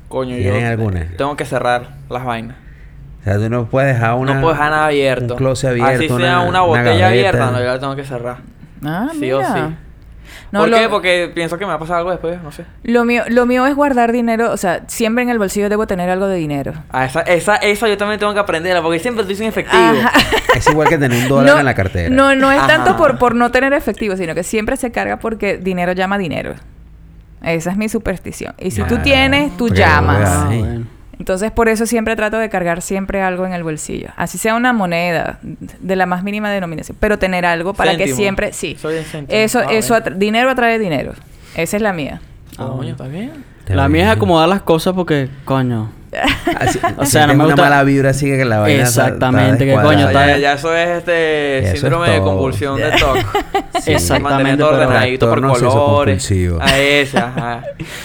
[SPEAKER 3] Coño, yo.
[SPEAKER 2] ¿Tienen alguna?
[SPEAKER 3] Tengo que cerrar las vainas.
[SPEAKER 2] O sea, tú no puedes dejar una...
[SPEAKER 3] no puedo dejar nada abierto.
[SPEAKER 2] Un closet abierto.
[SPEAKER 3] Así sea una, botella
[SPEAKER 2] gaveta.
[SPEAKER 3] abierta, no, yo la tengo que cerrar.
[SPEAKER 5] Ah,
[SPEAKER 3] sí o sí.
[SPEAKER 5] mira. No,
[SPEAKER 3] ¿Por
[SPEAKER 5] lo-
[SPEAKER 3] qué? Porque pienso que me va a pasar algo después, no sé.
[SPEAKER 5] Lo mío, lo mío es guardar dinero, o sea, siempre en el bolsillo debo tener algo de dinero.
[SPEAKER 3] Ah, esa, esa, esa yo también tengo que aprenderla, porque siempre estoy sin efectivo.
[SPEAKER 5] Ajá.
[SPEAKER 2] Es igual que tener un dólar
[SPEAKER 5] No,
[SPEAKER 2] en la cartera.
[SPEAKER 5] No, no es
[SPEAKER 3] Ajá.
[SPEAKER 5] tanto por, por no tener efectivo, sino que siempre se carga porque dinero llama dinero. Esa es mi superstición. Y si tú
[SPEAKER 2] Ah,
[SPEAKER 5] tienes, tú
[SPEAKER 2] porque-
[SPEAKER 5] llamas.
[SPEAKER 4] Ah,
[SPEAKER 2] Ay.
[SPEAKER 4] bueno.
[SPEAKER 5] Entonces, por eso siempre trato de cargar siempre algo en el bolsillo. Así sea una moneda de la más mínima denominación, pero tener algo para que
[SPEAKER 3] Céntimo.
[SPEAKER 5] siempre... Sí.
[SPEAKER 3] Soy de céntimo.
[SPEAKER 5] Eso,
[SPEAKER 3] Ah,
[SPEAKER 5] eso
[SPEAKER 3] bueno.
[SPEAKER 5] atra- dinero atrae dinero. Esa es la mía.
[SPEAKER 4] Ah,
[SPEAKER 5] Oh,
[SPEAKER 3] Ah,
[SPEAKER 4] bueno.
[SPEAKER 3] coño, ¿está bien?
[SPEAKER 2] Te
[SPEAKER 4] La
[SPEAKER 2] voy
[SPEAKER 4] mía es
[SPEAKER 2] diciendo.
[SPEAKER 4] acomodar las cosas porque, coño.
[SPEAKER 2] Así-
[SPEAKER 4] O
[SPEAKER 2] si
[SPEAKER 4] sea, no
[SPEAKER 2] tengo
[SPEAKER 4] me gusta-
[SPEAKER 2] una mala vibra así que la vaina está-
[SPEAKER 4] Exactamente, que
[SPEAKER 2] descuadrada.
[SPEAKER 4] coño,
[SPEAKER 3] Ya,
[SPEAKER 4] está-
[SPEAKER 3] ya, ya eso es este
[SPEAKER 2] Eso es
[SPEAKER 3] síndrome de
[SPEAKER 2] todo.
[SPEAKER 3] convulsión de TOC.
[SPEAKER 4] Sí. Exactamente,
[SPEAKER 3] Mantener todo
[SPEAKER 4] pero-
[SPEAKER 3] ordenadito por
[SPEAKER 2] Trastorno
[SPEAKER 3] colores.
[SPEAKER 2] obsesivo-compulsivo.
[SPEAKER 3] A esa, ajá.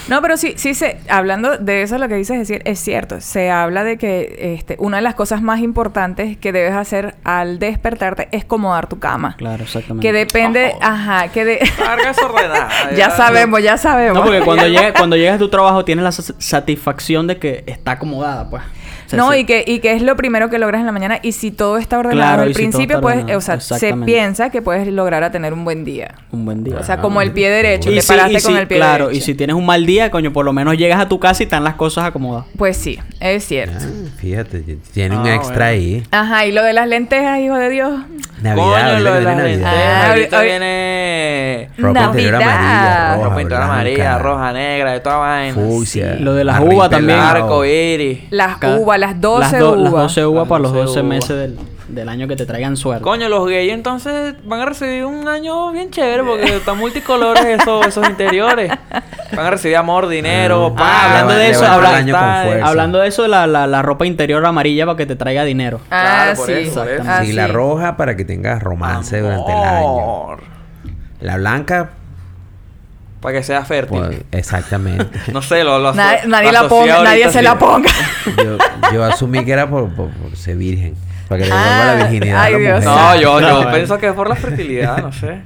[SPEAKER 5] No, pero sí, sí se, hablando de eso, lo que dices es, cier- es cierto. Se habla de que este, una de las cosas más importantes que debes hacer al despertarte es acomodar tu cama.
[SPEAKER 4] Claro, exactamente.
[SPEAKER 5] Que depende,
[SPEAKER 3] Oh.
[SPEAKER 5] ajá, que de...
[SPEAKER 3] Carga desordenada.
[SPEAKER 5] ya sabemos, ya sabemos.
[SPEAKER 4] No, porque cuando, llegue- cuando llegas a tu trabajo tienes la sa- satisfacción de que está acomodada, pues. O sea,
[SPEAKER 5] no,
[SPEAKER 4] sí.
[SPEAKER 5] y que, y que es lo primero que logras en la mañana. Y si todo está ordenado
[SPEAKER 4] Claro,
[SPEAKER 5] al
[SPEAKER 4] y si todo
[SPEAKER 5] principio,
[SPEAKER 4] está
[SPEAKER 5] pues,
[SPEAKER 4] ordenado,
[SPEAKER 5] eh, o sea, se
[SPEAKER 4] exactamente.
[SPEAKER 5] piensa que puedes lograr a tener un buen día.
[SPEAKER 4] Un buen día.
[SPEAKER 5] O sea, como el pie derecho,
[SPEAKER 4] Y
[SPEAKER 5] te
[SPEAKER 4] si-
[SPEAKER 5] paraste
[SPEAKER 4] y
[SPEAKER 5] con
[SPEAKER 4] si-
[SPEAKER 5] el pie
[SPEAKER 4] Claro,
[SPEAKER 5] derecho.
[SPEAKER 4] y si tienes un mal día, coño, por lo menos llegas a tu casa y están las cosas acomodadas.
[SPEAKER 5] Pues sí, es cierto.
[SPEAKER 2] Ah, fíjate, tiene un
[SPEAKER 3] Ah,
[SPEAKER 2] extra
[SPEAKER 3] bueno.
[SPEAKER 2] ahí.
[SPEAKER 5] Ajá, y lo de las lentejas, hijo de Dios.
[SPEAKER 2] Navidad,
[SPEAKER 3] Coño,
[SPEAKER 2] ahorita
[SPEAKER 3] lo
[SPEAKER 2] que
[SPEAKER 3] de las
[SPEAKER 2] viene Navidad.
[SPEAKER 3] lentejas.
[SPEAKER 5] Ah,
[SPEAKER 3] Ahorita
[SPEAKER 5] ahorita-
[SPEAKER 3] viene...
[SPEAKER 2] Ropa interior
[SPEAKER 5] Navidad.
[SPEAKER 2] amarilla, roja,
[SPEAKER 3] Ropa interior
[SPEAKER 2] blanca,
[SPEAKER 3] amarilla, roja, negra, de toda vaina.
[SPEAKER 2] fucsia,
[SPEAKER 4] Sí, lo de las
[SPEAKER 2] marrón
[SPEAKER 4] uvas
[SPEAKER 3] El
[SPEAKER 4] también.
[SPEAKER 2] pelado.
[SPEAKER 3] arco iris.
[SPEAKER 5] Las
[SPEAKER 4] Ca-
[SPEAKER 5] uvas, las 12
[SPEAKER 4] las do-
[SPEAKER 5] uvas.
[SPEAKER 4] Las 12 uvas
[SPEAKER 3] Las
[SPEAKER 4] para los
[SPEAKER 3] 12
[SPEAKER 4] 12
[SPEAKER 3] uvas.
[SPEAKER 4] meses del, del año que te traigan suerte.
[SPEAKER 3] Coño, los gays entonces van a recibir un año bien chévere porque están multicolores esos, esos interiores. Van a recibir amor, dinero,
[SPEAKER 2] Ah,
[SPEAKER 3] paz.
[SPEAKER 4] Ah, hablando
[SPEAKER 2] le
[SPEAKER 4] de
[SPEAKER 2] va-
[SPEAKER 4] eso,
[SPEAKER 2] le va a
[SPEAKER 4] habla-
[SPEAKER 2] dar el año con
[SPEAKER 3] amistades.
[SPEAKER 2] fuerza.
[SPEAKER 4] Hablando de eso, de la, la, la ropa interior amarilla para que te traiga dinero.
[SPEAKER 5] Ah,
[SPEAKER 3] Claro, por
[SPEAKER 5] sí.
[SPEAKER 3] eso, por eso.
[SPEAKER 5] Ah,
[SPEAKER 2] Sí, la
[SPEAKER 5] sí.
[SPEAKER 2] roja para que tengas romance durante el año.
[SPEAKER 3] Amor.
[SPEAKER 2] La blanca,
[SPEAKER 3] Para que sea fértil.
[SPEAKER 2] pues, exactamente.
[SPEAKER 3] No sé, lo, lo aso-
[SPEAKER 5] Na-
[SPEAKER 3] lo
[SPEAKER 5] nadie la
[SPEAKER 3] asocié
[SPEAKER 5] ponga,
[SPEAKER 3] ahorita
[SPEAKER 5] nadie se
[SPEAKER 3] así.
[SPEAKER 5] la ponga.
[SPEAKER 2] yo, yo asumí que era por, por- por ser virgen. Para que le
[SPEAKER 5] Ah,
[SPEAKER 2] devuelva la virginidad.
[SPEAKER 5] ay,
[SPEAKER 2] a la
[SPEAKER 5] Dios.
[SPEAKER 2] mujer.
[SPEAKER 3] No, yo,
[SPEAKER 4] No,
[SPEAKER 3] yo
[SPEAKER 4] bueno.
[SPEAKER 2] eh.
[SPEAKER 3] pienso que es por la fertilidad, no sé.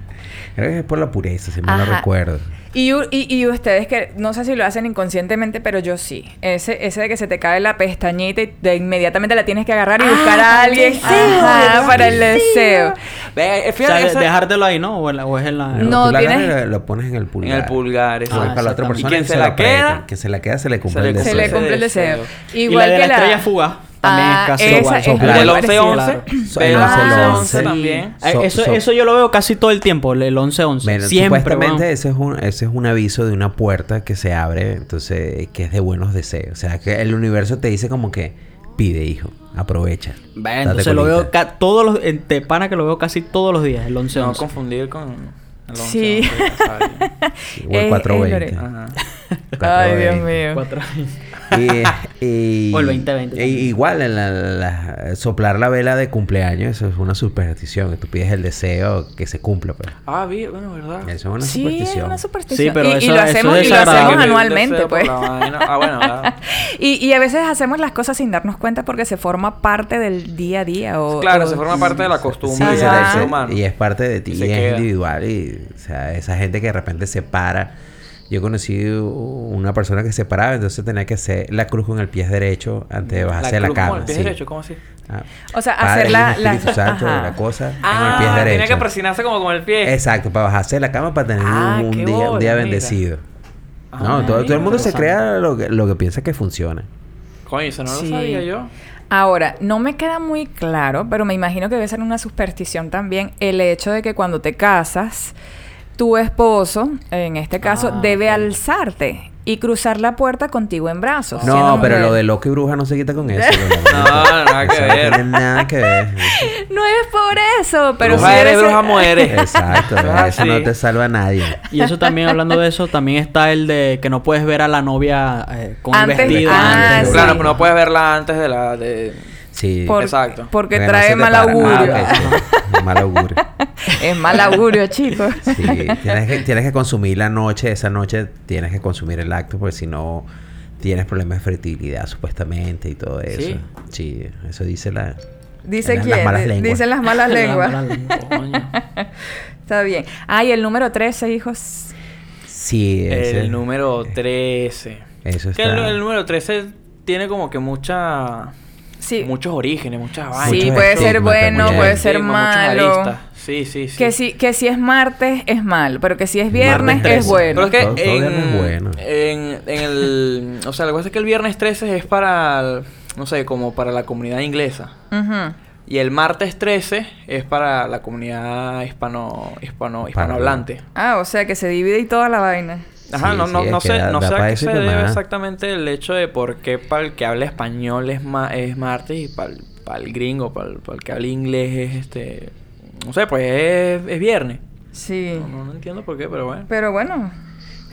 [SPEAKER 2] Creo que es por la pureza, si mal no
[SPEAKER 5] Ajá.
[SPEAKER 2] recuerdo.
[SPEAKER 5] Y, u- y, y ustedes que no sé si lo hacen inconscientemente, pero yo sí. Ese, ese de que se te cae la pestañita y de inmediatamente la tienes que agarrar y buscar a alguien Ajá, para el deseo.
[SPEAKER 3] Ve, eh,
[SPEAKER 4] O sea,
[SPEAKER 3] fíjate, ese-
[SPEAKER 4] dejártelo ahí, ¿no? O, en la- o es en la...
[SPEAKER 5] No,
[SPEAKER 2] Tú la
[SPEAKER 5] tienes-
[SPEAKER 2] agarras y la- Lo pones en el
[SPEAKER 3] en
[SPEAKER 2] pulgar.
[SPEAKER 3] el pulgar.
[SPEAKER 2] Eso es
[SPEAKER 3] exacto.
[SPEAKER 2] para la otra persona.
[SPEAKER 3] Y
[SPEAKER 4] exactamente.
[SPEAKER 3] quien se la queda.
[SPEAKER 2] Que se la queda, se le cumple
[SPEAKER 3] le
[SPEAKER 2] el
[SPEAKER 3] cumple.
[SPEAKER 5] Se le
[SPEAKER 2] deseo.
[SPEAKER 5] cumple el
[SPEAKER 3] deseo.
[SPEAKER 5] deseo.
[SPEAKER 4] Y
[SPEAKER 5] Igual
[SPEAKER 4] la de
[SPEAKER 5] que
[SPEAKER 4] la estrella fugaz también
[SPEAKER 5] Ah,
[SPEAKER 4] es casi
[SPEAKER 5] esa
[SPEAKER 4] igual.
[SPEAKER 5] es
[SPEAKER 4] son
[SPEAKER 5] muy
[SPEAKER 4] iguales.
[SPEAKER 3] El 11-11.
[SPEAKER 5] Claro.
[SPEAKER 2] So-
[SPEAKER 3] Ve,
[SPEAKER 2] el
[SPEAKER 3] El
[SPEAKER 5] once, el
[SPEAKER 3] 11-11
[SPEAKER 5] once.
[SPEAKER 3] también.
[SPEAKER 4] Eh,
[SPEAKER 2] So-
[SPEAKER 4] eso,
[SPEAKER 2] so-
[SPEAKER 4] eso yo lo veo casi todo el tiempo, el 11-11.
[SPEAKER 2] Bueno,
[SPEAKER 4] Siempre,
[SPEAKER 2] supuestamente
[SPEAKER 4] weón.
[SPEAKER 2] ese es, un, ese es un aviso de una puerta que se abre, entonces, que es de buenos deseos. O sea, que el universo te dice como que pide, hijo, aprovecha.
[SPEAKER 4] Ve,
[SPEAKER 2] date
[SPEAKER 4] entonces lo veo
[SPEAKER 2] colita".
[SPEAKER 4] ca- todos los... en- Te pana que lo veo casi todos los días, el 11-11.
[SPEAKER 3] No confundir con el 11-11.
[SPEAKER 5] Sí.
[SPEAKER 3] ya sabes.
[SPEAKER 2] O el
[SPEAKER 5] Es- es
[SPEAKER 2] 420.
[SPEAKER 5] Lorena.
[SPEAKER 3] Ajá.
[SPEAKER 5] Eh, Ay, Dios
[SPEAKER 2] 420.
[SPEAKER 5] mío.
[SPEAKER 4] Cuatro años.
[SPEAKER 2] Y- eh, y-
[SPEAKER 4] O el 2020
[SPEAKER 2] y-
[SPEAKER 4] también.
[SPEAKER 2] igual, en la- la- soplar la vela de cumpleaños, eso es una superstición. que Tú pides el deseo que se cumpla, pues.
[SPEAKER 3] Ah, bien, bueno, ¿verdad?
[SPEAKER 2] Eso es una
[SPEAKER 5] Sí, es
[SPEAKER 2] superstición.
[SPEAKER 5] una superstición.
[SPEAKER 4] Sí, pero
[SPEAKER 5] y, y
[SPEAKER 4] eso-
[SPEAKER 5] lo
[SPEAKER 4] eso
[SPEAKER 5] hacemos,
[SPEAKER 4] es
[SPEAKER 5] y lo hacemos
[SPEAKER 4] desagradable.
[SPEAKER 5] anualmente,
[SPEAKER 3] Deseo por
[SPEAKER 5] pues.
[SPEAKER 3] la vaina. Ah, bueno, ¿verdad?
[SPEAKER 5] y, y a veces hacemos las cosas sin darnos cuenta porque se forma parte del día a día. O,
[SPEAKER 3] Claro,
[SPEAKER 5] o-
[SPEAKER 3] se forma parte de la costumbre
[SPEAKER 2] Sí,
[SPEAKER 3] del
[SPEAKER 2] se-
[SPEAKER 5] Ajá.
[SPEAKER 3] ser
[SPEAKER 2] se-
[SPEAKER 3] humano.
[SPEAKER 2] y es parte de ti,
[SPEAKER 3] Y
[SPEAKER 2] y
[SPEAKER 3] se
[SPEAKER 2] es
[SPEAKER 3] queda.
[SPEAKER 2] individual. Y, o sea, esa gente que de repente se para. Yo conocí una persona que se paraba, entonces tenía que hacer la cruz con el pie derecho antes de bajarse de la
[SPEAKER 3] cruz
[SPEAKER 2] cama.
[SPEAKER 3] con el pie
[SPEAKER 2] sí.
[SPEAKER 3] derecho, ¿cómo así?
[SPEAKER 2] Ah,
[SPEAKER 5] O sea,
[SPEAKER 2] Padre,
[SPEAKER 5] hacer la-
[SPEAKER 2] Hijo, Espíritu
[SPEAKER 5] las-
[SPEAKER 2] Santo,
[SPEAKER 5] ajá.
[SPEAKER 2] la cosa
[SPEAKER 3] Ah,
[SPEAKER 2] con el pie derecho.
[SPEAKER 3] tiene que presionarse como con el pie.
[SPEAKER 2] Exacto, para bajarse de la cama para tener
[SPEAKER 3] Ah,
[SPEAKER 2] un, un
[SPEAKER 3] qué
[SPEAKER 2] día, un día
[SPEAKER 3] bola, mira.
[SPEAKER 2] bendecido.
[SPEAKER 3] Ah,
[SPEAKER 2] no, todo, todo el mundo se
[SPEAKER 4] interesante.
[SPEAKER 2] crea lo que, lo que piensa que funciona.
[SPEAKER 3] Coño, eso no
[SPEAKER 5] Sí.
[SPEAKER 3] lo sabía yo.
[SPEAKER 5] Ahora, no me queda muy claro, pero me imagino que debe ser una superstición también el hecho de que cuando te casas, tu esposo, en este caso,
[SPEAKER 4] Ah,
[SPEAKER 5] debe
[SPEAKER 4] ok.
[SPEAKER 5] alzarte y cruzar la puerta contigo en brazos. siendo
[SPEAKER 2] No, pero
[SPEAKER 5] mujer.
[SPEAKER 2] lo de loco y bruja no se quita con eso.
[SPEAKER 3] No, nada que
[SPEAKER 2] Eso
[SPEAKER 3] ver.
[SPEAKER 2] No tiene nada que ver.
[SPEAKER 5] No es por eso, pero
[SPEAKER 3] bruja
[SPEAKER 5] sí
[SPEAKER 3] eres,
[SPEAKER 5] debe ser-
[SPEAKER 3] bruja mueres.
[SPEAKER 2] Exacto,
[SPEAKER 3] Ah,
[SPEAKER 2] eso
[SPEAKER 3] sí.
[SPEAKER 2] no te salva a nadie.
[SPEAKER 4] Y eso también, hablando de eso, también está el de que no puedes ver a la novia eh, con
[SPEAKER 5] Antes-
[SPEAKER 4] el vestido.
[SPEAKER 5] ah,
[SPEAKER 4] antes de-
[SPEAKER 3] Claro,
[SPEAKER 5] sí.
[SPEAKER 3] pero no puedes verla antes de la de...
[SPEAKER 2] Sí.
[SPEAKER 5] Por-
[SPEAKER 3] Exacto.
[SPEAKER 5] Porque
[SPEAKER 2] no se
[SPEAKER 5] trae
[SPEAKER 2] te
[SPEAKER 5] mal
[SPEAKER 2] para.
[SPEAKER 5] augurio.
[SPEAKER 2] Ah, ok, sí. Mal augurio.
[SPEAKER 5] Es mal augurio, chicos.
[SPEAKER 2] Sí, tienes que, tienes que consumir la noche, esa noche tienes que consumir el acto, porque si no tienes problemas de fertilidad supuestamente y todo eso.
[SPEAKER 3] ¿Sí?
[SPEAKER 2] Sí, eso dice la...
[SPEAKER 5] Dice
[SPEAKER 2] las-
[SPEAKER 5] quién.
[SPEAKER 2] Las malas
[SPEAKER 5] di-
[SPEAKER 2] lenguas.
[SPEAKER 5] Dicen las malas
[SPEAKER 4] La
[SPEAKER 5] lenguas.
[SPEAKER 4] mala lengua, coño.
[SPEAKER 5] Está bien. Ay, el número 13, hijos.
[SPEAKER 2] Sí, ese-
[SPEAKER 3] El número 13.
[SPEAKER 2] Eso
[SPEAKER 3] Que
[SPEAKER 2] está...
[SPEAKER 3] el, el número 13 tiene como que mucha...
[SPEAKER 5] Sí.
[SPEAKER 3] Muchos orígenes, muchas
[SPEAKER 5] Sí,
[SPEAKER 3] vainas.
[SPEAKER 5] puede
[SPEAKER 3] muchos-
[SPEAKER 5] ser
[SPEAKER 2] estigmas,
[SPEAKER 5] bueno,
[SPEAKER 2] muchas-
[SPEAKER 5] puede ser
[SPEAKER 3] Sí, con muchas
[SPEAKER 5] malo.
[SPEAKER 3] aristas. Sí, sí, sí.
[SPEAKER 5] Que si, que si es martes es malo, pero que si es viernes
[SPEAKER 2] Martes
[SPEAKER 5] es
[SPEAKER 2] 13.
[SPEAKER 5] bueno.
[SPEAKER 3] Pero es que
[SPEAKER 2] Todo- todo viernes
[SPEAKER 3] en,
[SPEAKER 2] es bueno.
[SPEAKER 3] en, en el... O sea, lo que pasa es que el viernes 13 es para... No sé, como para la comunidad inglesa.
[SPEAKER 5] Ujú.
[SPEAKER 3] Y el martes 13 es para la comunidad hispano, hispano, hispanohablante.
[SPEAKER 5] Ah, o sea que se divide y toda la vaina.
[SPEAKER 3] Ajá,
[SPEAKER 2] Sí,
[SPEAKER 3] no,
[SPEAKER 2] sí,
[SPEAKER 3] no,
[SPEAKER 2] es
[SPEAKER 3] no
[SPEAKER 2] que
[SPEAKER 3] sé,
[SPEAKER 2] da-
[SPEAKER 3] no
[SPEAKER 2] da
[SPEAKER 3] sé a
[SPEAKER 2] pa'
[SPEAKER 3] qué
[SPEAKER 2] eso
[SPEAKER 3] se
[SPEAKER 2] y pa'
[SPEAKER 3] debe
[SPEAKER 2] nada.
[SPEAKER 3] exactamente el hecho de por qué para el que habla español es, ma es martes y para el, para el gringo, para el, para el que habla inglés es este... No sé, pues es, es viernes.
[SPEAKER 5] Sí.
[SPEAKER 4] Eh,
[SPEAKER 3] No, no- no entiendo por qué, pero bueno.
[SPEAKER 5] Pero bueno.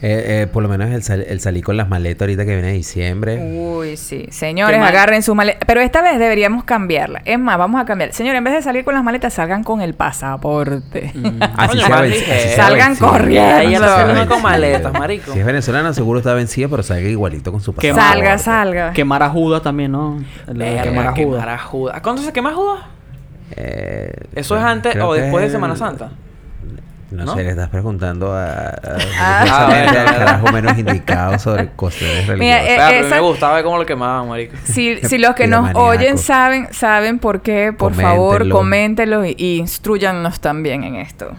[SPEAKER 2] Eh, eh, por lo menos el, sal- el salir con las maletas ahorita que viene
[SPEAKER 3] Uh,
[SPEAKER 2] diciembre.
[SPEAKER 5] Uy, sí. Señores,
[SPEAKER 3] Eh. Qué mal.
[SPEAKER 5] agarren su maleta. Pero esta vez deberíamos cambiarla. Es más, vamos a cambiar. Señores, en vez de salir con las maletas, salgan con el pasaporte.
[SPEAKER 2] Así
[SPEAKER 3] Coño,
[SPEAKER 2] sea
[SPEAKER 3] madre,
[SPEAKER 2] venci-
[SPEAKER 3] dije,
[SPEAKER 2] así sea
[SPEAKER 5] salgan
[SPEAKER 2] vencido.
[SPEAKER 5] corriendo.
[SPEAKER 2] Así
[SPEAKER 5] Ella
[SPEAKER 2] sea
[SPEAKER 5] la
[SPEAKER 3] firma con
[SPEAKER 2] vencido.
[SPEAKER 3] maletas, marico.
[SPEAKER 2] Si es venezolano, seguro está vencido, pero salga igualito con su
[SPEAKER 4] Qué
[SPEAKER 2] pasaporte.
[SPEAKER 5] salga, salga.
[SPEAKER 4] Quemar a Judas también, ¿no? El de
[SPEAKER 3] Verga,
[SPEAKER 4] Quemar a
[SPEAKER 3] quemar a
[SPEAKER 4] Judas.
[SPEAKER 3] Judas. ¿Cuándo se quema Judas?
[SPEAKER 2] Eh,
[SPEAKER 3] ¿Eso es
[SPEAKER 2] eh,
[SPEAKER 3] antes
[SPEAKER 2] creo
[SPEAKER 3] o
[SPEAKER 2] que
[SPEAKER 3] después de
[SPEAKER 2] es-
[SPEAKER 3] Semana Santa?
[SPEAKER 2] No,
[SPEAKER 3] ¿No?
[SPEAKER 2] sé, le estás preguntando a...
[SPEAKER 5] Ah.
[SPEAKER 2] a precisamente
[SPEAKER 3] Ah, bueno.
[SPEAKER 2] al carajo menos indicado sobre cuestiones
[SPEAKER 5] Mira,
[SPEAKER 2] religiosas.
[SPEAKER 5] Eh,
[SPEAKER 3] Verga, pero a mí
[SPEAKER 5] esa-
[SPEAKER 3] me gustaba ver cómo lo quemaban, marico.
[SPEAKER 5] Si, si los que
[SPEAKER 2] Qué
[SPEAKER 5] nos
[SPEAKER 2] maníaco.
[SPEAKER 5] oyen saben, saben por qué, por favor,
[SPEAKER 2] Coméntenlo.
[SPEAKER 5] coméntenlo y, y instruyannos también en esto.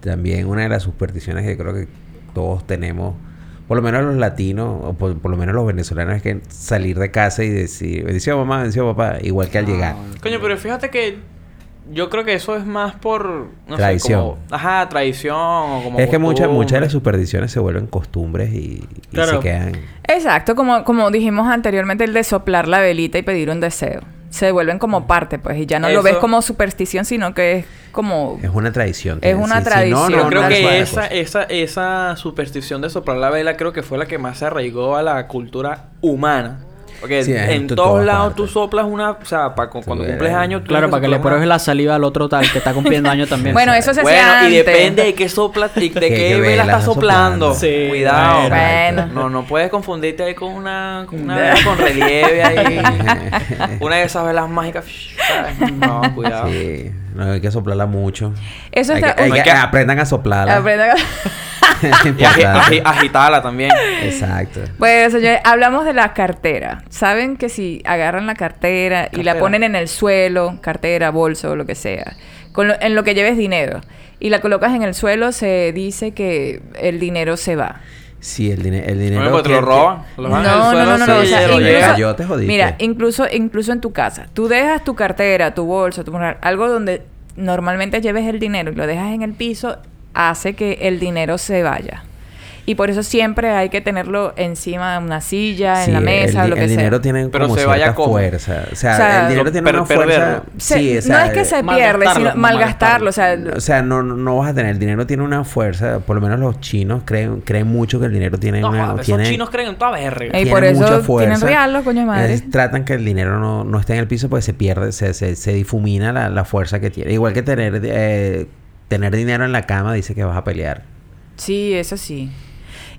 [SPEAKER 2] También una de las supersticiones que creo que todos tenemos, por lo menos los latinos, o por, por lo menos los venezolanos, es que salir de casa y decir, bendición mamá, bendición papá, igual
[SPEAKER 3] Ah,
[SPEAKER 2] que al llegar.
[SPEAKER 3] Coño, pero fíjate que yo creo que eso es más por... No
[SPEAKER 2] Tradición.
[SPEAKER 3] Sé, como, ajá, tradición o como
[SPEAKER 2] es que muchas
[SPEAKER 3] costumbre.
[SPEAKER 2] muchas de las supersticiones se vuelven costumbres y, y
[SPEAKER 4] Claro.
[SPEAKER 2] se quedan.
[SPEAKER 5] Exacto, como, como dijimos anteriormente, el de soplar la velita y pedir un deseo. Se vuelven como parte, pues, y ya no
[SPEAKER 3] Eso-
[SPEAKER 5] lo ves como superstición, sino que es como...
[SPEAKER 2] Es una tradición.
[SPEAKER 5] Es una tradición.
[SPEAKER 3] Yo
[SPEAKER 5] No,
[SPEAKER 3] creo
[SPEAKER 5] no, no,
[SPEAKER 3] que
[SPEAKER 2] es
[SPEAKER 3] esa,
[SPEAKER 2] otra cosa.
[SPEAKER 3] esa, esa superstición de soplar la vela creo que fue la que más se arraigó a la cultura humana. Porque
[SPEAKER 2] Sí, es
[SPEAKER 3] en
[SPEAKER 2] en
[SPEAKER 3] todos
[SPEAKER 2] todas
[SPEAKER 3] lados tú
[SPEAKER 2] partes.
[SPEAKER 3] soplas una... O sea, pa- cu- cuando
[SPEAKER 2] Sí,
[SPEAKER 3] cumples
[SPEAKER 2] era-
[SPEAKER 3] años... tú
[SPEAKER 4] Claro,
[SPEAKER 3] tienes
[SPEAKER 4] para que le
[SPEAKER 3] soplar una-
[SPEAKER 4] pruebes la saliva al otro tal que está cumpliendo año también.
[SPEAKER 5] Bueno, eso se hacía
[SPEAKER 3] Bueno, y
[SPEAKER 5] antes.
[SPEAKER 3] depende de qué sopla, y de
[SPEAKER 2] ¿Qué-
[SPEAKER 3] qué
[SPEAKER 2] qué
[SPEAKER 3] vela
[SPEAKER 2] vela
[SPEAKER 3] estás
[SPEAKER 2] estás
[SPEAKER 3] soplando.
[SPEAKER 2] soplando?
[SPEAKER 4] Sí,
[SPEAKER 3] Cuidado.
[SPEAKER 5] bueno.
[SPEAKER 3] No, no puedes confundirte ahí con una, con una vela con relieve ahí. una de esas velas mágicas. ¿sabes? No, cuidado.
[SPEAKER 2] Sí. No, hay que soplarla mucho.
[SPEAKER 5] Eso
[SPEAKER 2] hay
[SPEAKER 5] está-
[SPEAKER 2] que, hay
[SPEAKER 5] Uy.
[SPEAKER 2] que- aprendan a soplarla.
[SPEAKER 5] Aprenda-
[SPEAKER 2] Es
[SPEAKER 3] Y ah. agi-
[SPEAKER 2] importante.
[SPEAKER 3] agi- agitarla también.
[SPEAKER 2] Exacto.
[SPEAKER 5] Bueno, señores, hablamos de la cartera. ¿Saben que si agarran la cartera, y la
[SPEAKER 3] Cartera.
[SPEAKER 5] ponen en el suelo, cartera, bolso, lo que sea, con lo- en lo que lleves dinero, y la colocas en el suelo, se dice que el dinero se va?
[SPEAKER 2] Sí, el, dine- el dinero.
[SPEAKER 3] Bueno, pues te lo
[SPEAKER 2] que-
[SPEAKER 3] roban. Lo
[SPEAKER 5] No,
[SPEAKER 3] van
[SPEAKER 5] no,
[SPEAKER 3] al
[SPEAKER 5] no, no,
[SPEAKER 3] suelo
[SPEAKER 5] no, o
[SPEAKER 3] así,
[SPEAKER 5] sea,
[SPEAKER 3] se lo
[SPEAKER 5] incluso-
[SPEAKER 3] llevan.
[SPEAKER 2] Yo te jodiste.
[SPEAKER 5] Mira, incluso, incluso en tu casa, tú dejas tu cartera, tu bolso, tu algo donde normalmente lleves el dinero y lo dejas en el piso, hace que el dinero se vaya. Y por eso siempre hay que tenerlo encima de una silla,
[SPEAKER 2] Sí,
[SPEAKER 5] en la
[SPEAKER 2] el
[SPEAKER 5] mesa,
[SPEAKER 2] di-
[SPEAKER 5] o lo que
[SPEAKER 2] el
[SPEAKER 5] sea.
[SPEAKER 2] dinero tiene
[SPEAKER 3] Pero
[SPEAKER 2] como
[SPEAKER 3] se
[SPEAKER 2] cierta
[SPEAKER 3] vaya como.
[SPEAKER 2] fuerza. O sea,
[SPEAKER 5] O sea,
[SPEAKER 2] el dinero tiene
[SPEAKER 3] per-
[SPEAKER 2] una
[SPEAKER 3] perderlo.
[SPEAKER 2] fuerza.
[SPEAKER 5] Se-
[SPEAKER 2] Sí, o sea,
[SPEAKER 5] no es que se
[SPEAKER 4] malgastarlo,
[SPEAKER 5] pierde, sino
[SPEAKER 4] no
[SPEAKER 5] malgastarlo. O sea,
[SPEAKER 2] O sea, no, no- no vas a tener. El dinero tiene una fuerza. Por lo menos los chinos creen, creen mucho que el dinero tiene
[SPEAKER 3] No,
[SPEAKER 2] una.
[SPEAKER 3] joder, esos
[SPEAKER 2] tiene,
[SPEAKER 3] chinos creen en toda verga.
[SPEAKER 5] Ey,
[SPEAKER 2] tiene
[SPEAKER 5] por eso
[SPEAKER 2] mucha
[SPEAKER 5] tienen
[SPEAKER 2] fuerza.
[SPEAKER 5] real los coño de madre.
[SPEAKER 2] Entonces, tratan que el dinero no, no esté en el piso porque se pierde, se, se, se difumina la, la fuerza que tiene. Igual que tener, eh, tener dinero en la cama dice que vas a pelear.
[SPEAKER 5] sí, eso sí.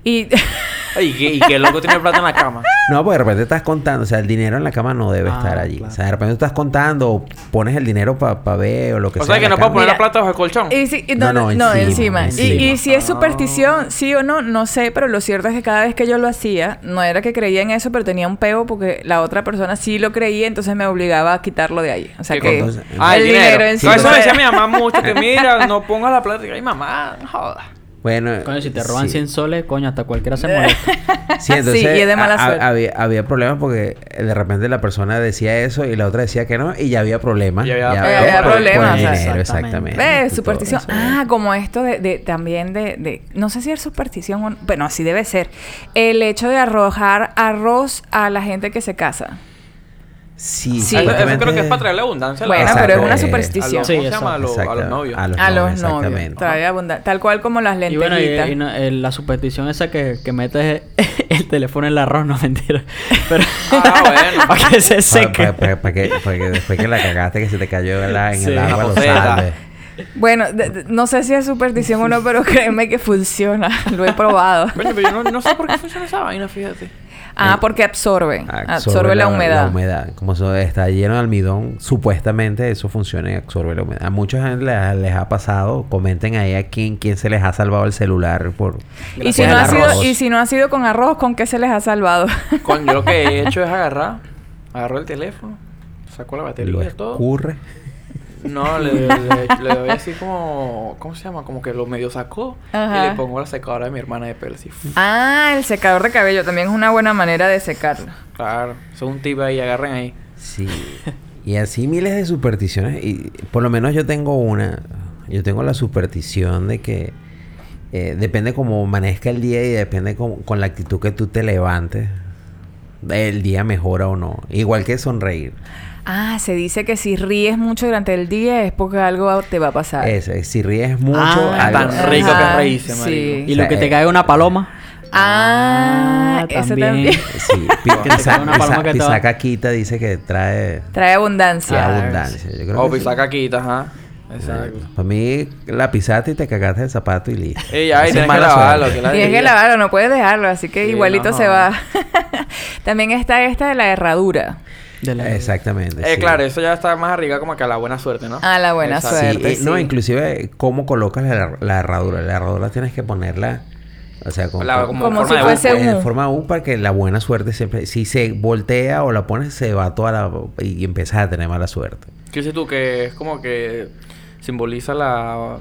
[SPEAKER 5] Y
[SPEAKER 3] Ay, ¿qué- y qué loco tiene plata en la cama.
[SPEAKER 2] No, porque de repente estás contando, o sea, el dinero en la cama no debe
[SPEAKER 4] Ah,
[SPEAKER 2] estar allí.
[SPEAKER 4] claro.
[SPEAKER 2] O sea, de repente estás contando, o pones el dinero para ver o lo que
[SPEAKER 3] O
[SPEAKER 2] sea.
[SPEAKER 3] sea, que
[SPEAKER 2] en la
[SPEAKER 3] no puedo
[SPEAKER 2] cama.
[SPEAKER 3] poner la
[SPEAKER 5] Mira,
[SPEAKER 3] plata bajo el colchón.
[SPEAKER 5] Y si- y no, no,
[SPEAKER 2] No, no,
[SPEAKER 5] no, encima.
[SPEAKER 2] encima,
[SPEAKER 5] Y- Y,
[SPEAKER 2] encima.
[SPEAKER 5] si es superstición, sí o no, no sé, pero lo cierto es que cada vez que yo lo hacía, no era que creía en eso, pero tenía un peo porque la otra persona sí lo creía, entonces me obligaba a quitarlo de ahí. O sea
[SPEAKER 3] ¿Qué
[SPEAKER 5] que
[SPEAKER 2] cosa?
[SPEAKER 5] el
[SPEAKER 2] Ah,
[SPEAKER 5] dinero,
[SPEAKER 3] No,
[SPEAKER 5] encima.
[SPEAKER 3] eso me decía mi mamá mucho, que mira, no pongas la plata. Y yo, Ay, mamá, no jodas.
[SPEAKER 2] Bueno,
[SPEAKER 4] Coño, si te
[SPEAKER 2] sí.
[SPEAKER 4] roban 100 soles, coño, hasta cualquiera se molesta.
[SPEAKER 2] Sí, entonces
[SPEAKER 5] Sí, y es de mala
[SPEAKER 2] ha- ha-
[SPEAKER 5] suerte.
[SPEAKER 2] Había, había problemas porque eh, de repente la persona decía eso y la otra decía que no y ya había problemas.
[SPEAKER 3] Ya
[SPEAKER 2] Ya
[SPEAKER 3] había-
[SPEAKER 5] Ya había
[SPEAKER 2] por- por el
[SPEAKER 5] problemas,
[SPEAKER 2] dinero,
[SPEAKER 5] o sea.
[SPEAKER 2] exactamente.
[SPEAKER 5] Ve,
[SPEAKER 2] y todo
[SPEAKER 5] superstición.
[SPEAKER 2] eso.
[SPEAKER 5] Ah, como esto de, de- también de, de- no sé si es superstición o no, bueno, así debe ser. El hecho de arrojar arroz a la gente que se casa.
[SPEAKER 2] Sí,
[SPEAKER 5] Sí.
[SPEAKER 3] Ah, Eso, eso
[SPEAKER 2] supuestamente-
[SPEAKER 3] creo que es para traer la abundancia. a la-
[SPEAKER 5] Bueno,
[SPEAKER 3] a
[SPEAKER 5] pero es
[SPEAKER 2] Exacto,
[SPEAKER 5] una
[SPEAKER 2] eh,
[SPEAKER 3] los-
[SPEAKER 5] superstición.
[SPEAKER 4] Sí,
[SPEAKER 3] ¿Cómo se llama? A los, a los
[SPEAKER 2] Exacto,
[SPEAKER 3] novios.
[SPEAKER 2] a los
[SPEAKER 5] A los
[SPEAKER 2] novios,
[SPEAKER 5] novios.
[SPEAKER 2] exactamente.
[SPEAKER 5] Trae abundancia. Tal cual como las
[SPEAKER 4] Y bueno, y,
[SPEAKER 5] lentejitas.
[SPEAKER 4] y no- eh, la superstición esa que, que metes el teléfono en el arroz, no mentira. Pero
[SPEAKER 3] Ah, bueno.
[SPEAKER 4] para que se
[SPEAKER 2] Pa- pa-
[SPEAKER 4] seque.
[SPEAKER 2] pa- pa- que, para que después que la cagaste, que se te cayó en la- en
[SPEAKER 4] Sí.
[SPEAKER 2] el agua, lo
[SPEAKER 3] Poseta.
[SPEAKER 2] salves.
[SPEAKER 5] Bueno, de- de- no sé si es superstición o no, pero créeme que funciona. Lo he probado.
[SPEAKER 3] Coño, pero yo no, no sé por qué funciona esa vaina, fíjate.
[SPEAKER 5] Ah, porque absorbe. Absorbe, la, humedad.
[SPEAKER 2] La humedad. Como eso está lleno de almidón, supuestamente eso funciona y absorbe la humedad. A mucha gente les, les ha pasado. Comenten ahí a quién, quién se les ha salvado el celular por...
[SPEAKER 5] Y si,
[SPEAKER 2] por
[SPEAKER 5] no
[SPEAKER 2] el
[SPEAKER 5] ha sido,
[SPEAKER 2] arroz.
[SPEAKER 5] y si no ha sido con arroz, ¿con qué se les ha salvado?
[SPEAKER 3] Coño, yo lo que he hecho es agarrar, agarro el teléfono, saco la
[SPEAKER 2] Lo
[SPEAKER 3] batería, todo.
[SPEAKER 2] escurre.
[SPEAKER 3] No, le, le- le doy así como, ¿cómo se llama? Como que lo medio sacó
[SPEAKER 5] Ajá.
[SPEAKER 3] y le pongo la secadora de mi hermana de pelo así.
[SPEAKER 5] ah, el secador de cabello también es una buena manera de secarlo.
[SPEAKER 3] Claro, son un tip ahí, agarren ahí.
[SPEAKER 2] Sí. Y así miles de supersticiones. Y por lo menos yo tengo una. Yo tengo la superstición de que eh, depende cómo amanezca el día y depende con, con la actitud que tú te levantes. El día mejora o no. Igual que sonreír.
[SPEAKER 5] Ah, se dice que si ríes mucho durante el día es porque algo te va a pasar.
[SPEAKER 2] Es, es- si ríes mucho,
[SPEAKER 4] Ah,
[SPEAKER 2] algo-
[SPEAKER 3] Tan rico
[SPEAKER 5] Ajá,
[SPEAKER 3] que reírse,
[SPEAKER 5] sí.
[SPEAKER 3] marico.
[SPEAKER 4] Y lo que
[SPEAKER 2] Eh,
[SPEAKER 4] te cae es una paloma.
[SPEAKER 5] Ah,
[SPEAKER 4] Ah,
[SPEAKER 5] eso
[SPEAKER 4] también.
[SPEAKER 5] también.
[SPEAKER 2] Sí, pi-
[SPEAKER 4] Que te
[SPEAKER 2] pisa-
[SPEAKER 4] cae una paloma
[SPEAKER 2] pisa-
[SPEAKER 4] que te va-
[SPEAKER 2] Pisaca Quita dice que trae
[SPEAKER 5] Trae
[SPEAKER 2] Ah,
[SPEAKER 5] abundancia.
[SPEAKER 2] abundancia. Yo creo
[SPEAKER 3] O
[SPEAKER 2] que sí.
[SPEAKER 3] pisaca quita, ajá. Exacto.
[SPEAKER 2] Para mí, la pisaste y te cagaste el zapato y listo.
[SPEAKER 3] Y ya, y
[SPEAKER 2] Esa es
[SPEAKER 3] tienes que
[SPEAKER 2] mala
[SPEAKER 3] lavarlo.
[SPEAKER 2] suerte.
[SPEAKER 3] la
[SPEAKER 5] Tienes que
[SPEAKER 3] diría.
[SPEAKER 5] lavarlo, no puedes dejarlo, así que
[SPEAKER 3] Sí,
[SPEAKER 5] igualito
[SPEAKER 3] no
[SPEAKER 5] se va.
[SPEAKER 3] jodas.
[SPEAKER 5] también está esta de la herradura.
[SPEAKER 4] De la-
[SPEAKER 2] Exactamente.
[SPEAKER 3] Eh,
[SPEAKER 2] sí.
[SPEAKER 3] claro, eso ya está más arriba como que a la buena suerte, ¿no?
[SPEAKER 5] A la buena
[SPEAKER 2] Sí,
[SPEAKER 5] suerte.
[SPEAKER 2] eh, No,
[SPEAKER 5] sí.
[SPEAKER 2] inclusive, ¿cómo colocas la, la herradura? La herradura tienes que ponerla. O sea, con-
[SPEAKER 3] La-
[SPEAKER 2] con-
[SPEAKER 3] como
[SPEAKER 5] Como
[SPEAKER 3] forma
[SPEAKER 5] si
[SPEAKER 3] de
[SPEAKER 5] fuese
[SPEAKER 2] pues, en
[SPEAKER 5] un...
[SPEAKER 2] forma U para que la buena suerte siempre, si se voltea o la pones, se va toda la y empiezas a tener mala suerte.
[SPEAKER 3] ¿Qué dices tú? Que es como que simboliza la...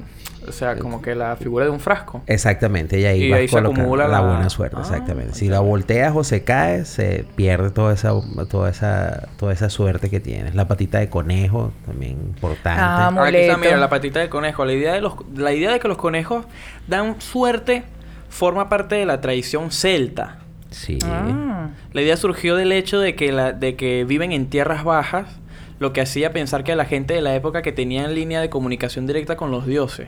[SPEAKER 3] O sea, como que la figura de un frasco.
[SPEAKER 2] Exactamente, y ahí
[SPEAKER 3] Y
[SPEAKER 2] vas
[SPEAKER 3] ahí se
[SPEAKER 2] colocando
[SPEAKER 3] acumula
[SPEAKER 2] la
[SPEAKER 3] la-
[SPEAKER 2] buena suerte,
[SPEAKER 3] Ah,
[SPEAKER 2] exactamente. Si la volteas o se cae, se pierde toda esa, toda esa, toda esa suerte que tienes. La patita de conejo, también importante.
[SPEAKER 5] Ah,
[SPEAKER 3] Ahora aquí está,
[SPEAKER 5] Amuleto.
[SPEAKER 3] mira, la patita de conejo. La idea de, los, la idea de que los conejos dan suerte forma parte de la tradición celta.
[SPEAKER 2] sí.
[SPEAKER 5] Ah.
[SPEAKER 3] La idea surgió del hecho de que, la, de que viven en tierras bajas, lo que hacía pensar que la gente de la época que tenían línea de comunicación directa con los dioses.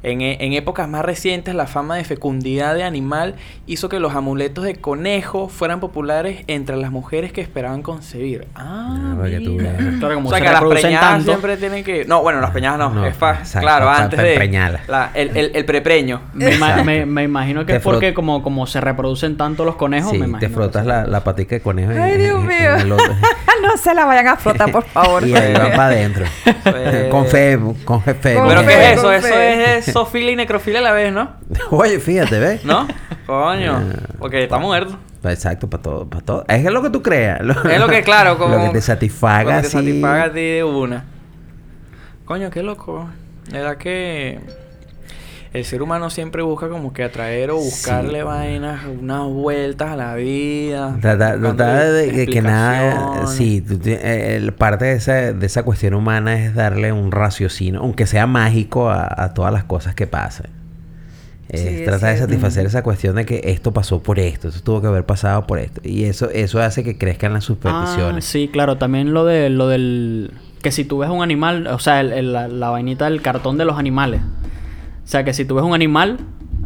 [SPEAKER 3] En, e- en épocas más recientes, la fama de fecundidad de animal hizo que los amuletos de conejo fueran populares entre las mujeres que esperaban concebir. Ah,
[SPEAKER 2] Ah, para que tú
[SPEAKER 3] mira.
[SPEAKER 2] veas.
[SPEAKER 4] Claro, como
[SPEAKER 3] o sea
[SPEAKER 4] se
[SPEAKER 3] que las
[SPEAKER 4] reproducen
[SPEAKER 3] preñadas
[SPEAKER 4] tanto.
[SPEAKER 3] siempre tienen que... No, bueno, las preñadas no.
[SPEAKER 2] No,
[SPEAKER 3] es fa-
[SPEAKER 2] exacto,
[SPEAKER 3] claro,
[SPEAKER 2] pa-
[SPEAKER 3] antes
[SPEAKER 2] pa-
[SPEAKER 3] de...
[SPEAKER 2] preñarla.
[SPEAKER 3] la- el, el- el prepreño.
[SPEAKER 4] Me, ima-
[SPEAKER 2] Exacto.
[SPEAKER 4] me- me imagino que
[SPEAKER 2] Te
[SPEAKER 4] es porque
[SPEAKER 2] frot-
[SPEAKER 4] como, como se reproducen tanto los conejos,
[SPEAKER 2] Sí,
[SPEAKER 4] me imagino.
[SPEAKER 2] te
[SPEAKER 4] que
[SPEAKER 2] frotas
[SPEAKER 4] se-
[SPEAKER 2] la, la patica de conejo en-
[SPEAKER 5] Ay,
[SPEAKER 2] en-
[SPEAKER 5] Dios
[SPEAKER 2] en-
[SPEAKER 5] mío.
[SPEAKER 2] en el otro-
[SPEAKER 5] Ah, no se la vayan a frotar, por favor.
[SPEAKER 2] y ahí van
[SPEAKER 3] Sí.
[SPEAKER 2] para adentro.
[SPEAKER 3] Sí.
[SPEAKER 2] con fe, con fe.
[SPEAKER 5] Con
[SPEAKER 2] con
[SPEAKER 3] Pero
[SPEAKER 5] fe,
[SPEAKER 3] ¿qué
[SPEAKER 2] fe.
[SPEAKER 3] es eso?
[SPEAKER 5] con
[SPEAKER 3] Eso
[SPEAKER 5] fe.
[SPEAKER 3] es zoofilia y necrofilia a la vez, ¿no?
[SPEAKER 2] Oye, fíjate, ¿ves?
[SPEAKER 3] ¿No? Coño.
[SPEAKER 2] Ah.
[SPEAKER 3] Porque está muerto.
[SPEAKER 2] Exacto, para todo, para todo. Es lo que tú creas. lo-
[SPEAKER 3] Es lo que, claro, como...
[SPEAKER 2] Lo que te satisfaga,
[SPEAKER 3] Lo que
[SPEAKER 2] así.
[SPEAKER 3] te satisfaga a ti de una. Coño, qué loco. Era que... El ser humano siempre busca como que atraer o buscarle vainas, unas vueltas a la vida.
[SPEAKER 2] Tratar,
[SPEAKER 3] buscando
[SPEAKER 2] tratar de que, que nada,
[SPEAKER 3] Ah, explicaciones.
[SPEAKER 2] sí, tú ti- eh, el- parte de esa, de esa cuestión humana es darle un raciocinio, aunque sea mágico, a, a todas las cosas que pasan. Es
[SPEAKER 5] Sí, es
[SPEAKER 2] tratar de
[SPEAKER 5] cierto.
[SPEAKER 2] satisfacer esa cuestión de que esto pasó por esto, esto tuvo que haber pasado por esto. Y eso, eso hace que crezcan las
[SPEAKER 4] Ah,
[SPEAKER 2] supersticiones.
[SPEAKER 4] sí, claro, también lo de lo del que si tú ves un animal, o sea, el- el- la, la vainita del cartón de los animales. O sea, que si tú ves un animal,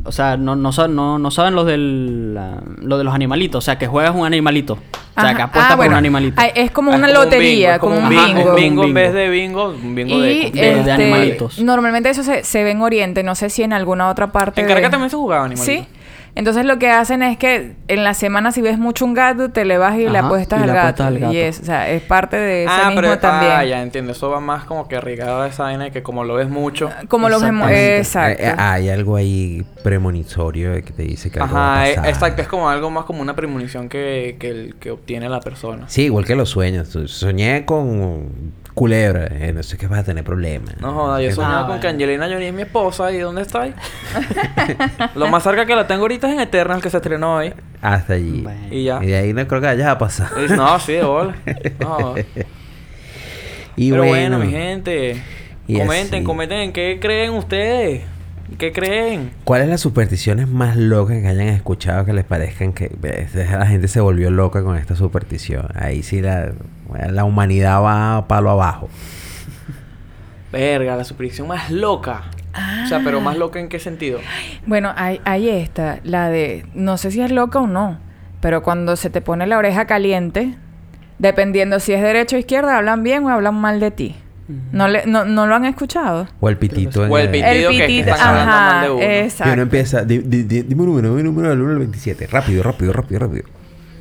[SPEAKER 4] o sea, no, no, sa- no, no saben los del la- lo de los animalitos, o sea, que juegas un animalito. O sea, que
[SPEAKER 5] Ajá.
[SPEAKER 4] apuestas por
[SPEAKER 5] Ah, bueno.
[SPEAKER 4] un animalito.
[SPEAKER 5] Ay, es como
[SPEAKER 3] Ah,
[SPEAKER 5] una
[SPEAKER 3] un bingo,
[SPEAKER 5] lotería,
[SPEAKER 3] es
[SPEAKER 5] como un
[SPEAKER 3] bingo.
[SPEAKER 5] bingo.
[SPEAKER 3] Un bingo en
[SPEAKER 4] bingo.
[SPEAKER 3] vez de bingo, un bingo
[SPEAKER 5] Y
[SPEAKER 3] de...
[SPEAKER 4] de
[SPEAKER 5] este,
[SPEAKER 4] animalitos.
[SPEAKER 5] Normalmente eso se, se ve en Oriente, no sé si en alguna otra parte.
[SPEAKER 3] En
[SPEAKER 5] de-
[SPEAKER 3] Caracas también se jugaba animalito.
[SPEAKER 5] Sí. Entonces lo que hacen es que en la semana si ves mucho un gato, te le vas y le
[SPEAKER 4] Ajá,
[SPEAKER 5] apuestas,
[SPEAKER 4] y
[SPEAKER 5] al,
[SPEAKER 4] le
[SPEAKER 5] gato.
[SPEAKER 4] apuestas al gato.
[SPEAKER 5] Y es, o sea, es parte de ese
[SPEAKER 3] Ah,
[SPEAKER 5] mismo
[SPEAKER 3] pero
[SPEAKER 5] también.
[SPEAKER 3] ah, ya entiendo. Eso va más como que arriesgado a esa vaina de que como lo ves mucho.
[SPEAKER 5] Ah, Como los hemos...
[SPEAKER 4] Exactamente.
[SPEAKER 5] Exacto.
[SPEAKER 2] Eh, eh, hay algo ahí premonitorio de que te dice que algo va a
[SPEAKER 3] Ajá, eh,
[SPEAKER 2] pasar.
[SPEAKER 3] exacto. Es como algo más como una premonición que, que, el- que obtiene la persona.
[SPEAKER 2] Sí, igual que los sueños. Soñé con culebra, eh, no sé qué vas a tener problemas.
[SPEAKER 3] No joda, yo
[SPEAKER 2] Eh,
[SPEAKER 3] soñaba
[SPEAKER 4] Ah,
[SPEAKER 3] con
[SPEAKER 4] vale.
[SPEAKER 3] que Angelina Jolie es mi esposa y ¿dónde está ahí? Lo más cerca que la tengo ahorita es en Eternal que se estrenó hoy.
[SPEAKER 2] Hasta allí.
[SPEAKER 4] Bueno.
[SPEAKER 3] Y ya.
[SPEAKER 2] Y de ahí no creo que vayas a pasar.
[SPEAKER 3] Y- No, sí, de bola. No.
[SPEAKER 2] y
[SPEAKER 3] Pero bueno, mi gente.
[SPEAKER 2] Y
[SPEAKER 3] comenten,
[SPEAKER 2] así.
[SPEAKER 3] comenten en qué creen ustedes. ¿Qué creen?
[SPEAKER 2] ¿Cuáles las supersticiones más locas que hayan escuchado que les parezcan que eh, la gente se volvió loca con esta superstición? Ahí sí la, la humanidad va a palo abajo.
[SPEAKER 3] Verga, la superstición más loca. O sea,
[SPEAKER 5] Ah.
[SPEAKER 3] pero más loca en qué sentido.
[SPEAKER 5] Bueno, ahí, ahí está, la de, no sé si es loca o no, pero cuando se te pone la oreja caliente, dependiendo si es derecha o izquierda, hablan bien o hablan mal de ti. no, le, no, ¿No lo han escuchado?
[SPEAKER 2] O el pitito.
[SPEAKER 3] O el
[SPEAKER 2] en
[SPEAKER 3] pitido que- que
[SPEAKER 5] pitito,
[SPEAKER 3] están hablando mal de uno.
[SPEAKER 2] Y uno
[SPEAKER 5] exacto.
[SPEAKER 2] empieza, di- di- di- dime un número, dime un número del 1 al 27. Rápido, rápido, rápido, rápido.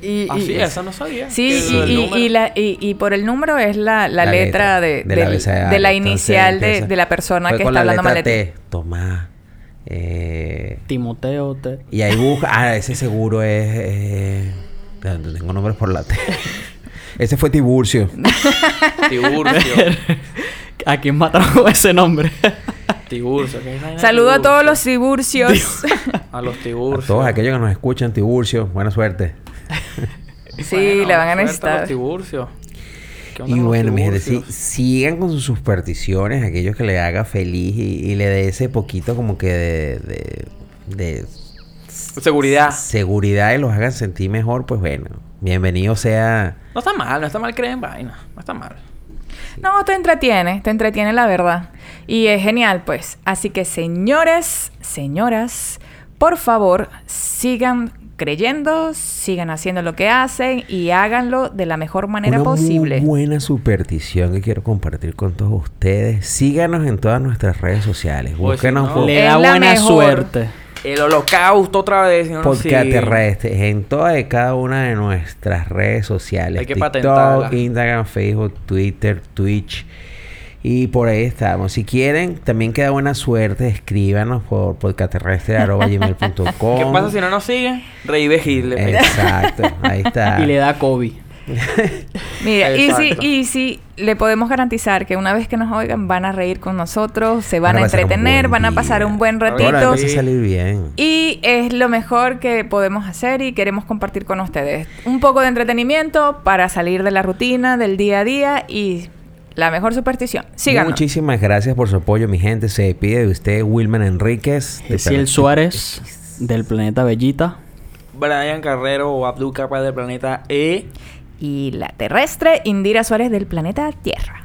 [SPEAKER 5] Y-
[SPEAKER 3] Ah, sí,
[SPEAKER 5] y-
[SPEAKER 3] esa no sabía.
[SPEAKER 5] Sí,
[SPEAKER 3] Que
[SPEAKER 5] y,
[SPEAKER 3] el
[SPEAKER 5] y-
[SPEAKER 3] número-
[SPEAKER 5] y la, y, y por el número es la, la
[SPEAKER 2] La
[SPEAKER 5] letra, de,
[SPEAKER 2] del
[SPEAKER 5] del-
[SPEAKER 2] abecedario.
[SPEAKER 5] de la
[SPEAKER 2] Entonces
[SPEAKER 5] inicial de,
[SPEAKER 2] empieza-
[SPEAKER 5] de la persona
[SPEAKER 2] Fue
[SPEAKER 5] que
[SPEAKER 2] con
[SPEAKER 5] está
[SPEAKER 2] la
[SPEAKER 5] hablando mal
[SPEAKER 2] letra
[SPEAKER 5] de ti.
[SPEAKER 2] T. Tomás. Eh,
[SPEAKER 4] Timoteo, te...
[SPEAKER 2] y ahí busca. Ah, ese seguro es. eh, no tengo nombres por la T. ese fue Tiburcio.
[SPEAKER 3] Tiburcio.
[SPEAKER 4] ¿A quién mataron ese nombre?
[SPEAKER 3] Tiburcio. ¿qué vaina de
[SPEAKER 5] Saludo a todos los
[SPEAKER 3] Tiburcio?
[SPEAKER 5] tiburcios.
[SPEAKER 3] A los
[SPEAKER 2] A
[SPEAKER 3] tiburcios.
[SPEAKER 2] todos aquellos que nos escuchan, Tiburcio, buena suerte.
[SPEAKER 5] sí,
[SPEAKER 3] Bueno,
[SPEAKER 5] la van a
[SPEAKER 3] suerte
[SPEAKER 5] necesitar.
[SPEAKER 3] Los tiburcios. ¿Qué onda
[SPEAKER 2] Y
[SPEAKER 3] con los
[SPEAKER 2] bueno, mi gente, sí,
[SPEAKER 3] tiburcios?
[SPEAKER 2] sigan con sus supersticiones, aquellos que le haga feliz y, y le dé ese poquito como que de, de- de
[SPEAKER 3] Seguridad.
[SPEAKER 2] seguridad y los hagan sentir mejor, pues bueno, bienvenido sea.
[SPEAKER 3] No está mal, no está mal creer en vaina. No está mal.
[SPEAKER 5] No, te entretiene, te entretiene la verdad. Y es genial, pues. Así que, señores, señoras, por favor, sigan creyendo, sigan haciendo lo que hacen y háganlo de la mejor manera
[SPEAKER 2] una muy
[SPEAKER 5] posible.
[SPEAKER 2] buena superstición que quiero compartir con todos ustedes. Síganos en todas nuestras redes sociales.
[SPEAKER 3] Oye,
[SPEAKER 2] Búsquenos
[SPEAKER 3] Pues no.
[SPEAKER 2] por
[SPEAKER 4] Le
[SPEAKER 5] Es
[SPEAKER 4] da
[SPEAKER 5] la
[SPEAKER 4] buena
[SPEAKER 5] mejor.
[SPEAKER 4] suerte.
[SPEAKER 3] El holocausto otra vez. no, no,
[SPEAKER 2] Podcast
[SPEAKER 3] sí.
[SPEAKER 2] Terrestre en todas y cada una de nuestras redes sociales.
[SPEAKER 3] Hay que patentarla.
[SPEAKER 2] Instagram, Facebook, Twitter, Twitch. Y por ahí estamos. Si quieren, también queda buena suerte. Escríbanos por podcastterrestre.com.
[SPEAKER 3] ¿Qué pasa si no nos pues. siguen? Revive Hitler.
[SPEAKER 2] Exacto, ahí está.
[SPEAKER 4] Y le da COVID.
[SPEAKER 5] Mira, y si,
[SPEAKER 3] Exacto.
[SPEAKER 5] y si le podemos garantizar que una vez que nos oigan van a reír con nosotros, se van, a,
[SPEAKER 2] pasar un
[SPEAKER 5] entretener,
[SPEAKER 2] buen
[SPEAKER 5] van a
[SPEAKER 2] día.
[SPEAKER 5] pasar un buen
[SPEAKER 3] Ahora
[SPEAKER 2] Todas las
[SPEAKER 5] ratito.
[SPEAKER 2] cosas salir bien.
[SPEAKER 5] Y es lo mejor que podemos hacer y queremos compartir con ustedes. Un poco de entretenimiento para salir de la rutina, del día a día y la mejor superstición. Síganos.
[SPEAKER 2] Muchísimas gracias por su apoyo, mi gente. Se despide de usted, Wilman Enríquez. de
[SPEAKER 4] Ciel
[SPEAKER 2] Planeta-
[SPEAKER 4] Suárez, del planeta Bellita.
[SPEAKER 3] Brian Carrero o Abdul Capaz del planeta E.
[SPEAKER 5] Y la terrestre, Indira Suárez del planeta Tierra.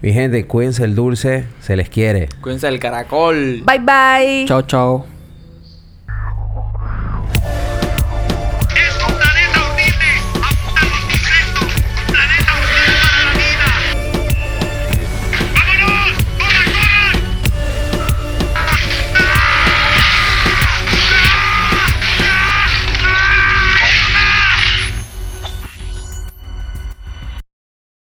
[SPEAKER 2] Mi gente, cuídense el dulce, se les quiere.
[SPEAKER 3] Cuídense del caracol.
[SPEAKER 5] Bye bye.
[SPEAKER 4] Chao, chao.